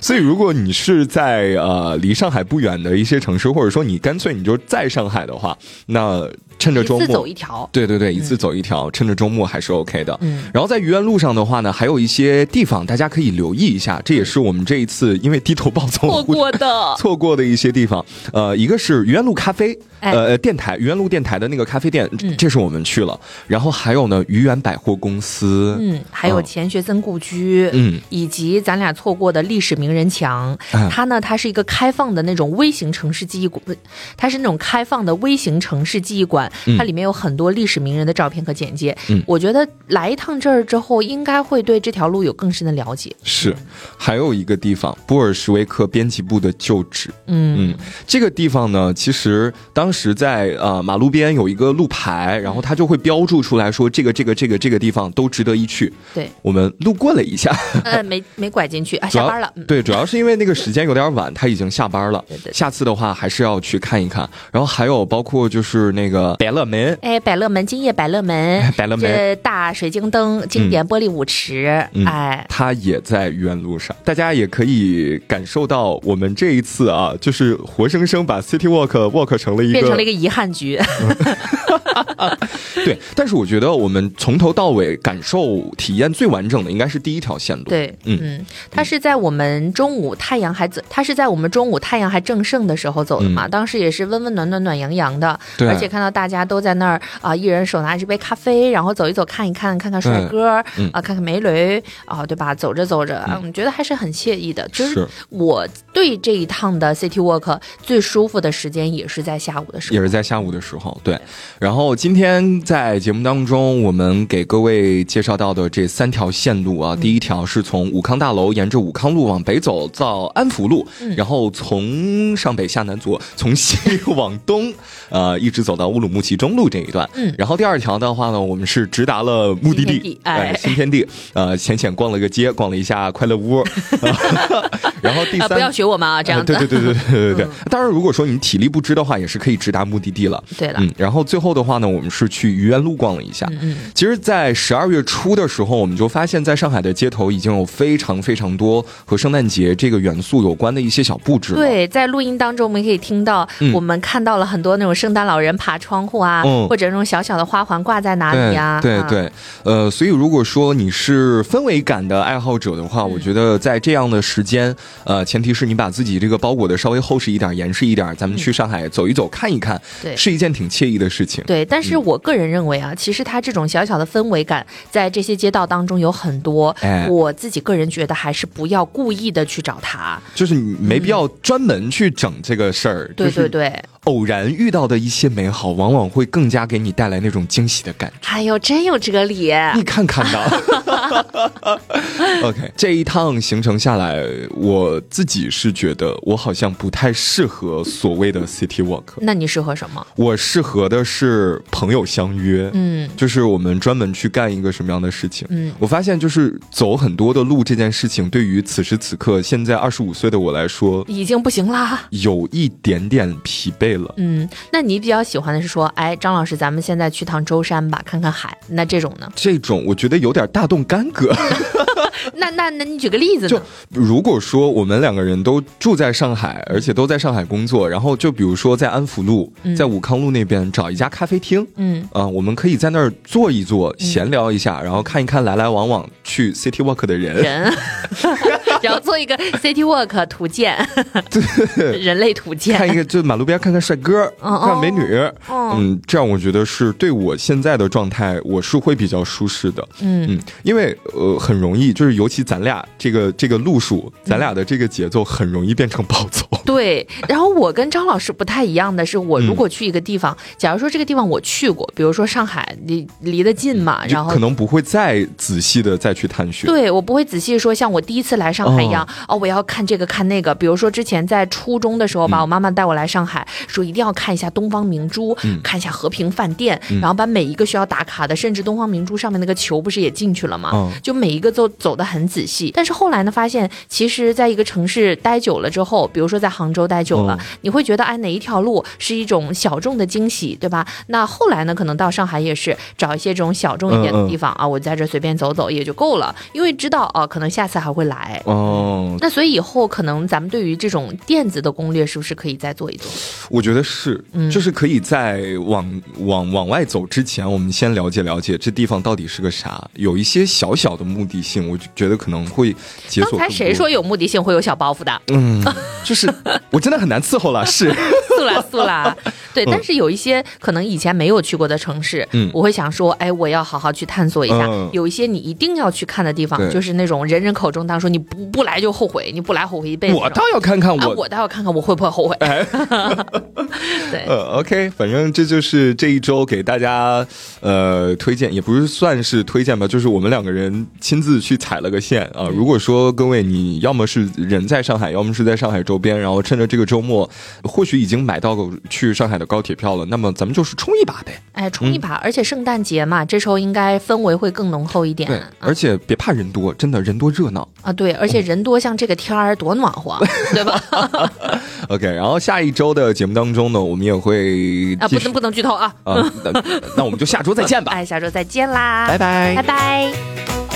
[SPEAKER 4] 所以，如果你是在呃离上海不远的一些城市，或者说你干脆你就在上海的话，那趁着
[SPEAKER 5] 一
[SPEAKER 4] 周
[SPEAKER 5] 次
[SPEAKER 4] 末
[SPEAKER 5] 走一条。
[SPEAKER 4] 对对对，一次走一条，趁着周末还是 OK 的。
[SPEAKER 5] 嗯
[SPEAKER 4] 然后在愚园路上的话呢，还有一些地方大家可以留意一下，这也是我们这一次因为低头暴走
[SPEAKER 5] 嗯错过的
[SPEAKER 4] 错过的一些地方。呃，一个是愚园路咖啡，
[SPEAKER 5] 哎嗯
[SPEAKER 4] 呃，电台愚园路电台的那个咖啡店，这是我们去了。然后还有呢，愚园百货公司，
[SPEAKER 5] 嗯，还有钱学森故居，
[SPEAKER 4] 哦嗯
[SPEAKER 5] 以及咱俩错过的历史名人墙，
[SPEAKER 4] 哎
[SPEAKER 5] 它呢，它是一个开放的那种微型城市记忆馆，不它是那种开放的微型城市记忆馆，它里面有很多历史名人的照片和简介。
[SPEAKER 4] 嗯
[SPEAKER 5] 我觉得来一趟这儿之后，应该会对这条路有更深的了解。
[SPEAKER 4] 是，还有一个地方，布尔什维克编辑部的旧址。
[SPEAKER 5] 嗯
[SPEAKER 4] 嗯，这个地方呢，其实当时在呃马路边有一个路牌，然后它就会标注出来说这个这个这个这个地方都值得一去。
[SPEAKER 5] 对，
[SPEAKER 4] 我们路过了一下，
[SPEAKER 5] 呃，没没拐进去啊，
[SPEAKER 4] 嗯主要
[SPEAKER 5] 下班了。嗯，
[SPEAKER 4] 对，主要是因为那个时间有点晚，他已经下班了。
[SPEAKER 5] 对对对
[SPEAKER 4] 下次的话还是要去看一看。然后还有包括就是那个百乐门。
[SPEAKER 5] 哎，百乐门，今夜百乐门，
[SPEAKER 4] 百乐门
[SPEAKER 5] 这大水晶灯，经典玻璃舞池，
[SPEAKER 4] 嗯
[SPEAKER 5] 哎，
[SPEAKER 4] 它也在原路上，大家也可以感受到我们这一次啊，就是活生生把 City Walk Walk 成了一
[SPEAKER 5] 变成了一
[SPEAKER 4] 个
[SPEAKER 5] 个遗憾局。
[SPEAKER 4] 对。但是我觉得我们从头到尾感受体验最完整的应该是第一条线路。
[SPEAKER 5] 对，
[SPEAKER 4] 嗯
[SPEAKER 5] 嗯，它是在我们中午太阳还走，它是在我们中午太阳还正盛的时候走的嘛，
[SPEAKER 4] 嗯
[SPEAKER 5] 当时也是温温暖暖暖洋洋的，
[SPEAKER 4] 对
[SPEAKER 5] 而且看到大家都在那儿啊、一人手拿着杯咖啡，然后走一走，看一看，看看帅哥啊、
[SPEAKER 4] 嗯
[SPEAKER 5] 看看梅雷啊、对吧？走着走着，嗯，我觉得还是很惬意的。就是
[SPEAKER 4] 是
[SPEAKER 5] 我对这一趟的 City Walk 最舒服的时间也是在下午的时
[SPEAKER 4] 也
[SPEAKER 5] 候。
[SPEAKER 4] 是在下午的时候，对。然后今天在节目当中，我们给各位介绍到的这三条线路
[SPEAKER 5] 嗯
[SPEAKER 4] 啊，第一条是从武康大楼沿着武康路往北走到安福路，
[SPEAKER 5] 嗯
[SPEAKER 4] 然后从上北下南左，从西往东，呃，一直走到乌鲁木齐中路这一段。
[SPEAKER 5] 嗯
[SPEAKER 4] 然后第二条的话呢，我们是直达了目的
[SPEAKER 5] 新天
[SPEAKER 4] 地
[SPEAKER 5] 地，哎
[SPEAKER 4] 新天地，呃，浅浅逛了个街，逛了一下快乐 屋， 然后第
[SPEAKER 5] 啊、
[SPEAKER 4] 三
[SPEAKER 5] 不要学我们啊，这样子。嗯
[SPEAKER 4] 呃对对对对对对对。当然，如果说你体力不支的话，也是可以直达目的地了。
[SPEAKER 5] 对了
[SPEAKER 4] 嗯，然后最后的话呢，我们是去愚园路逛了一下。嗯其实，在十二月初的时候，我们就发现，在上海的街头已经有非常非常多和圣诞节这个元素有关的一些小布置了。
[SPEAKER 5] 对，在录音当中，我们可以听到
[SPEAKER 4] 嗯，
[SPEAKER 5] 我们看到了很多那种圣诞老人爬窗户啊，
[SPEAKER 4] 嗯
[SPEAKER 5] 或者那种小小的花环挂在哪
[SPEAKER 4] 对
[SPEAKER 5] 里啊，
[SPEAKER 4] 对
[SPEAKER 5] 啊
[SPEAKER 4] 对，呃，所以如果说你是氛围感的爱好者的话，
[SPEAKER 5] 嗯
[SPEAKER 4] 我觉得在这样的时间，呃，前提是你把自己这个包裹的稍微厚实一点、严实一点，咱们去上海走一走、看一看，
[SPEAKER 5] 嗯对
[SPEAKER 4] 是一件挺惬意的事情。
[SPEAKER 5] 对，但是我个人认
[SPEAKER 4] 嗯
[SPEAKER 5] 为啊，其实它这种小小的氛围感，在这些街道当中有很多
[SPEAKER 4] 哎，
[SPEAKER 5] 我自己个人觉得还是不要故意的去找它。
[SPEAKER 4] 就是你没必要专门去整这个事儿，
[SPEAKER 5] 对对，
[SPEAKER 4] 就是
[SPEAKER 5] 对，
[SPEAKER 4] 偶然遇到的一些美好，往往会更加给你带来那种惊喜的感觉。
[SPEAKER 5] 哎呦，真有哲理。
[SPEAKER 4] 你看看呐 ，OK，这一趟行程下来，我自己是觉得我好像不太适合所谓的 City Walk，
[SPEAKER 5] 那你适合什么？
[SPEAKER 4] 我适合的是朋友相约，
[SPEAKER 5] 嗯，
[SPEAKER 4] 就是我们专门去干一个什么样的事情。
[SPEAKER 5] 嗯，
[SPEAKER 4] 我发现就是走很多的路这件事情，对于此时此刻现在二十五岁的我来说，
[SPEAKER 5] 已经不行啦。
[SPEAKER 4] 有一点点疲惫了。
[SPEAKER 5] 嗯，那你比较喜欢的是说，哎，张老师，咱们现在去趟舟山吧，看看海。那这种呢？
[SPEAKER 4] 这种我觉得有点大动干 戈。
[SPEAKER 5] 那那那你举个例子
[SPEAKER 4] 就
[SPEAKER 5] 呢？
[SPEAKER 4] 如果说我们两个人都住在上海，而且都在上海工作，然后就比如说在安福路、在武康路那边找一家咖啡厅，
[SPEAKER 5] 嗯
[SPEAKER 4] 啊、我们可以在那儿坐一坐，闲聊一下，然后看一看来来往往去 City Walk 的人。
[SPEAKER 5] 人， 然后做一个 City Walk 图鉴，人类图
[SPEAKER 4] 看一
[SPEAKER 5] 鉴。
[SPEAKER 4] 个，就马路边看看帅哥，
[SPEAKER 5] 嗯
[SPEAKER 4] 看美女，嗯，这样我觉得是对我现在的状态，我是会比较舒适的，嗯因为呃很容易，就是尤其咱俩这个这个路数，
[SPEAKER 5] 嗯
[SPEAKER 4] 咱俩的这个节奏很容易变成暴走，
[SPEAKER 5] 对，然后我跟张老师不太一样的是，我如果去一个地方，假如说这个地方我去过，比如说上海离离得近嘛，
[SPEAKER 4] 就
[SPEAKER 5] 然后
[SPEAKER 4] 可能不会再仔细的再去探寻，
[SPEAKER 5] 对我不会仔细说，像我第一次来上海一样，
[SPEAKER 4] 嗯
[SPEAKER 5] 哦我要看这个看那个。比如说之前在初中的时候
[SPEAKER 4] 嗯
[SPEAKER 5] 吧，我妈妈带我来上海，说一定要看一下东方明珠，
[SPEAKER 4] 嗯
[SPEAKER 5] 看一下和平饭店，然后把每一个需要打卡的，甚至东方明珠上面那个球不是也进去了吗？
[SPEAKER 4] 嗯
[SPEAKER 5] 就每一个都走得很仔细。但是后来呢，发现其实在一个城市待久了之后，比如说在杭州待久了，
[SPEAKER 4] 嗯
[SPEAKER 5] 你会觉得哎哪一条路是一种小众的惊喜，对吧？那后来呢，可能到上海也是找一些这种小众一点
[SPEAKER 4] 嗯嗯
[SPEAKER 5] 的地方啊，我在这随便走走也就够了，因为知道啊，可能下次还会来。
[SPEAKER 4] 哦，
[SPEAKER 5] 那所以以后可能咱们对于这种电子的攻略，是不是可以再做一做？
[SPEAKER 4] 我觉得是，
[SPEAKER 5] 嗯
[SPEAKER 4] 就是可以在往往往外走之前，我们先了解了解这地方到底是个啥，有一些小小的目的性，我就觉得可能会解锁
[SPEAKER 5] 刚才
[SPEAKER 4] 更
[SPEAKER 5] 谁
[SPEAKER 4] 多
[SPEAKER 5] 说有目的性会有小包袱的？
[SPEAKER 4] 嗯，就是我真的很难伺候了，是
[SPEAKER 5] 素啦素 啦，对，但是有一些可能以前没有去过的城市，
[SPEAKER 4] 嗯
[SPEAKER 5] 我会想说，哎，我要好好去探索一下。
[SPEAKER 4] 嗯
[SPEAKER 5] 有一些你一定要去看的地
[SPEAKER 4] 对
[SPEAKER 5] 方，就是那种人人口中当说你不不来就后悔，你不来后悔一辈子那种。
[SPEAKER 4] 我倒要看看
[SPEAKER 5] 啊，
[SPEAKER 4] 我。哎
[SPEAKER 5] 我倒要看看我会不会后悔。 对，
[SPEAKER 4] 呃，OK，反正这就是这一周给大家呃推荐，也不是算是推荐吧，就是我们两个人亲自去踩了个线啊、如果说各位你要么是人在上海，要么是在上海周边，然后趁着这个周末，或许已经买到过去上海的高铁票了，那么咱们就是冲一把呗。
[SPEAKER 5] 哎，冲
[SPEAKER 4] 嗯
[SPEAKER 5] 一把，而且圣诞节嘛，这时候应该氛围会更浓厚一点。
[SPEAKER 4] 对，而且别怕人多，真的人多热闹。
[SPEAKER 5] 啊，对，而
[SPEAKER 4] 嗯
[SPEAKER 5] 且人多，像这个天儿多暖和，对吧？
[SPEAKER 4] OK，然后下一周的节目当中呢，我们也会
[SPEAKER 5] 啊，
[SPEAKER 4] 继
[SPEAKER 5] 不
[SPEAKER 4] 续
[SPEAKER 5] 能不能剧透啊！
[SPEAKER 4] 啊，那那我们就下周再见吧。
[SPEAKER 5] 哎，下周再见啦，
[SPEAKER 4] 拜拜
[SPEAKER 5] 拜拜。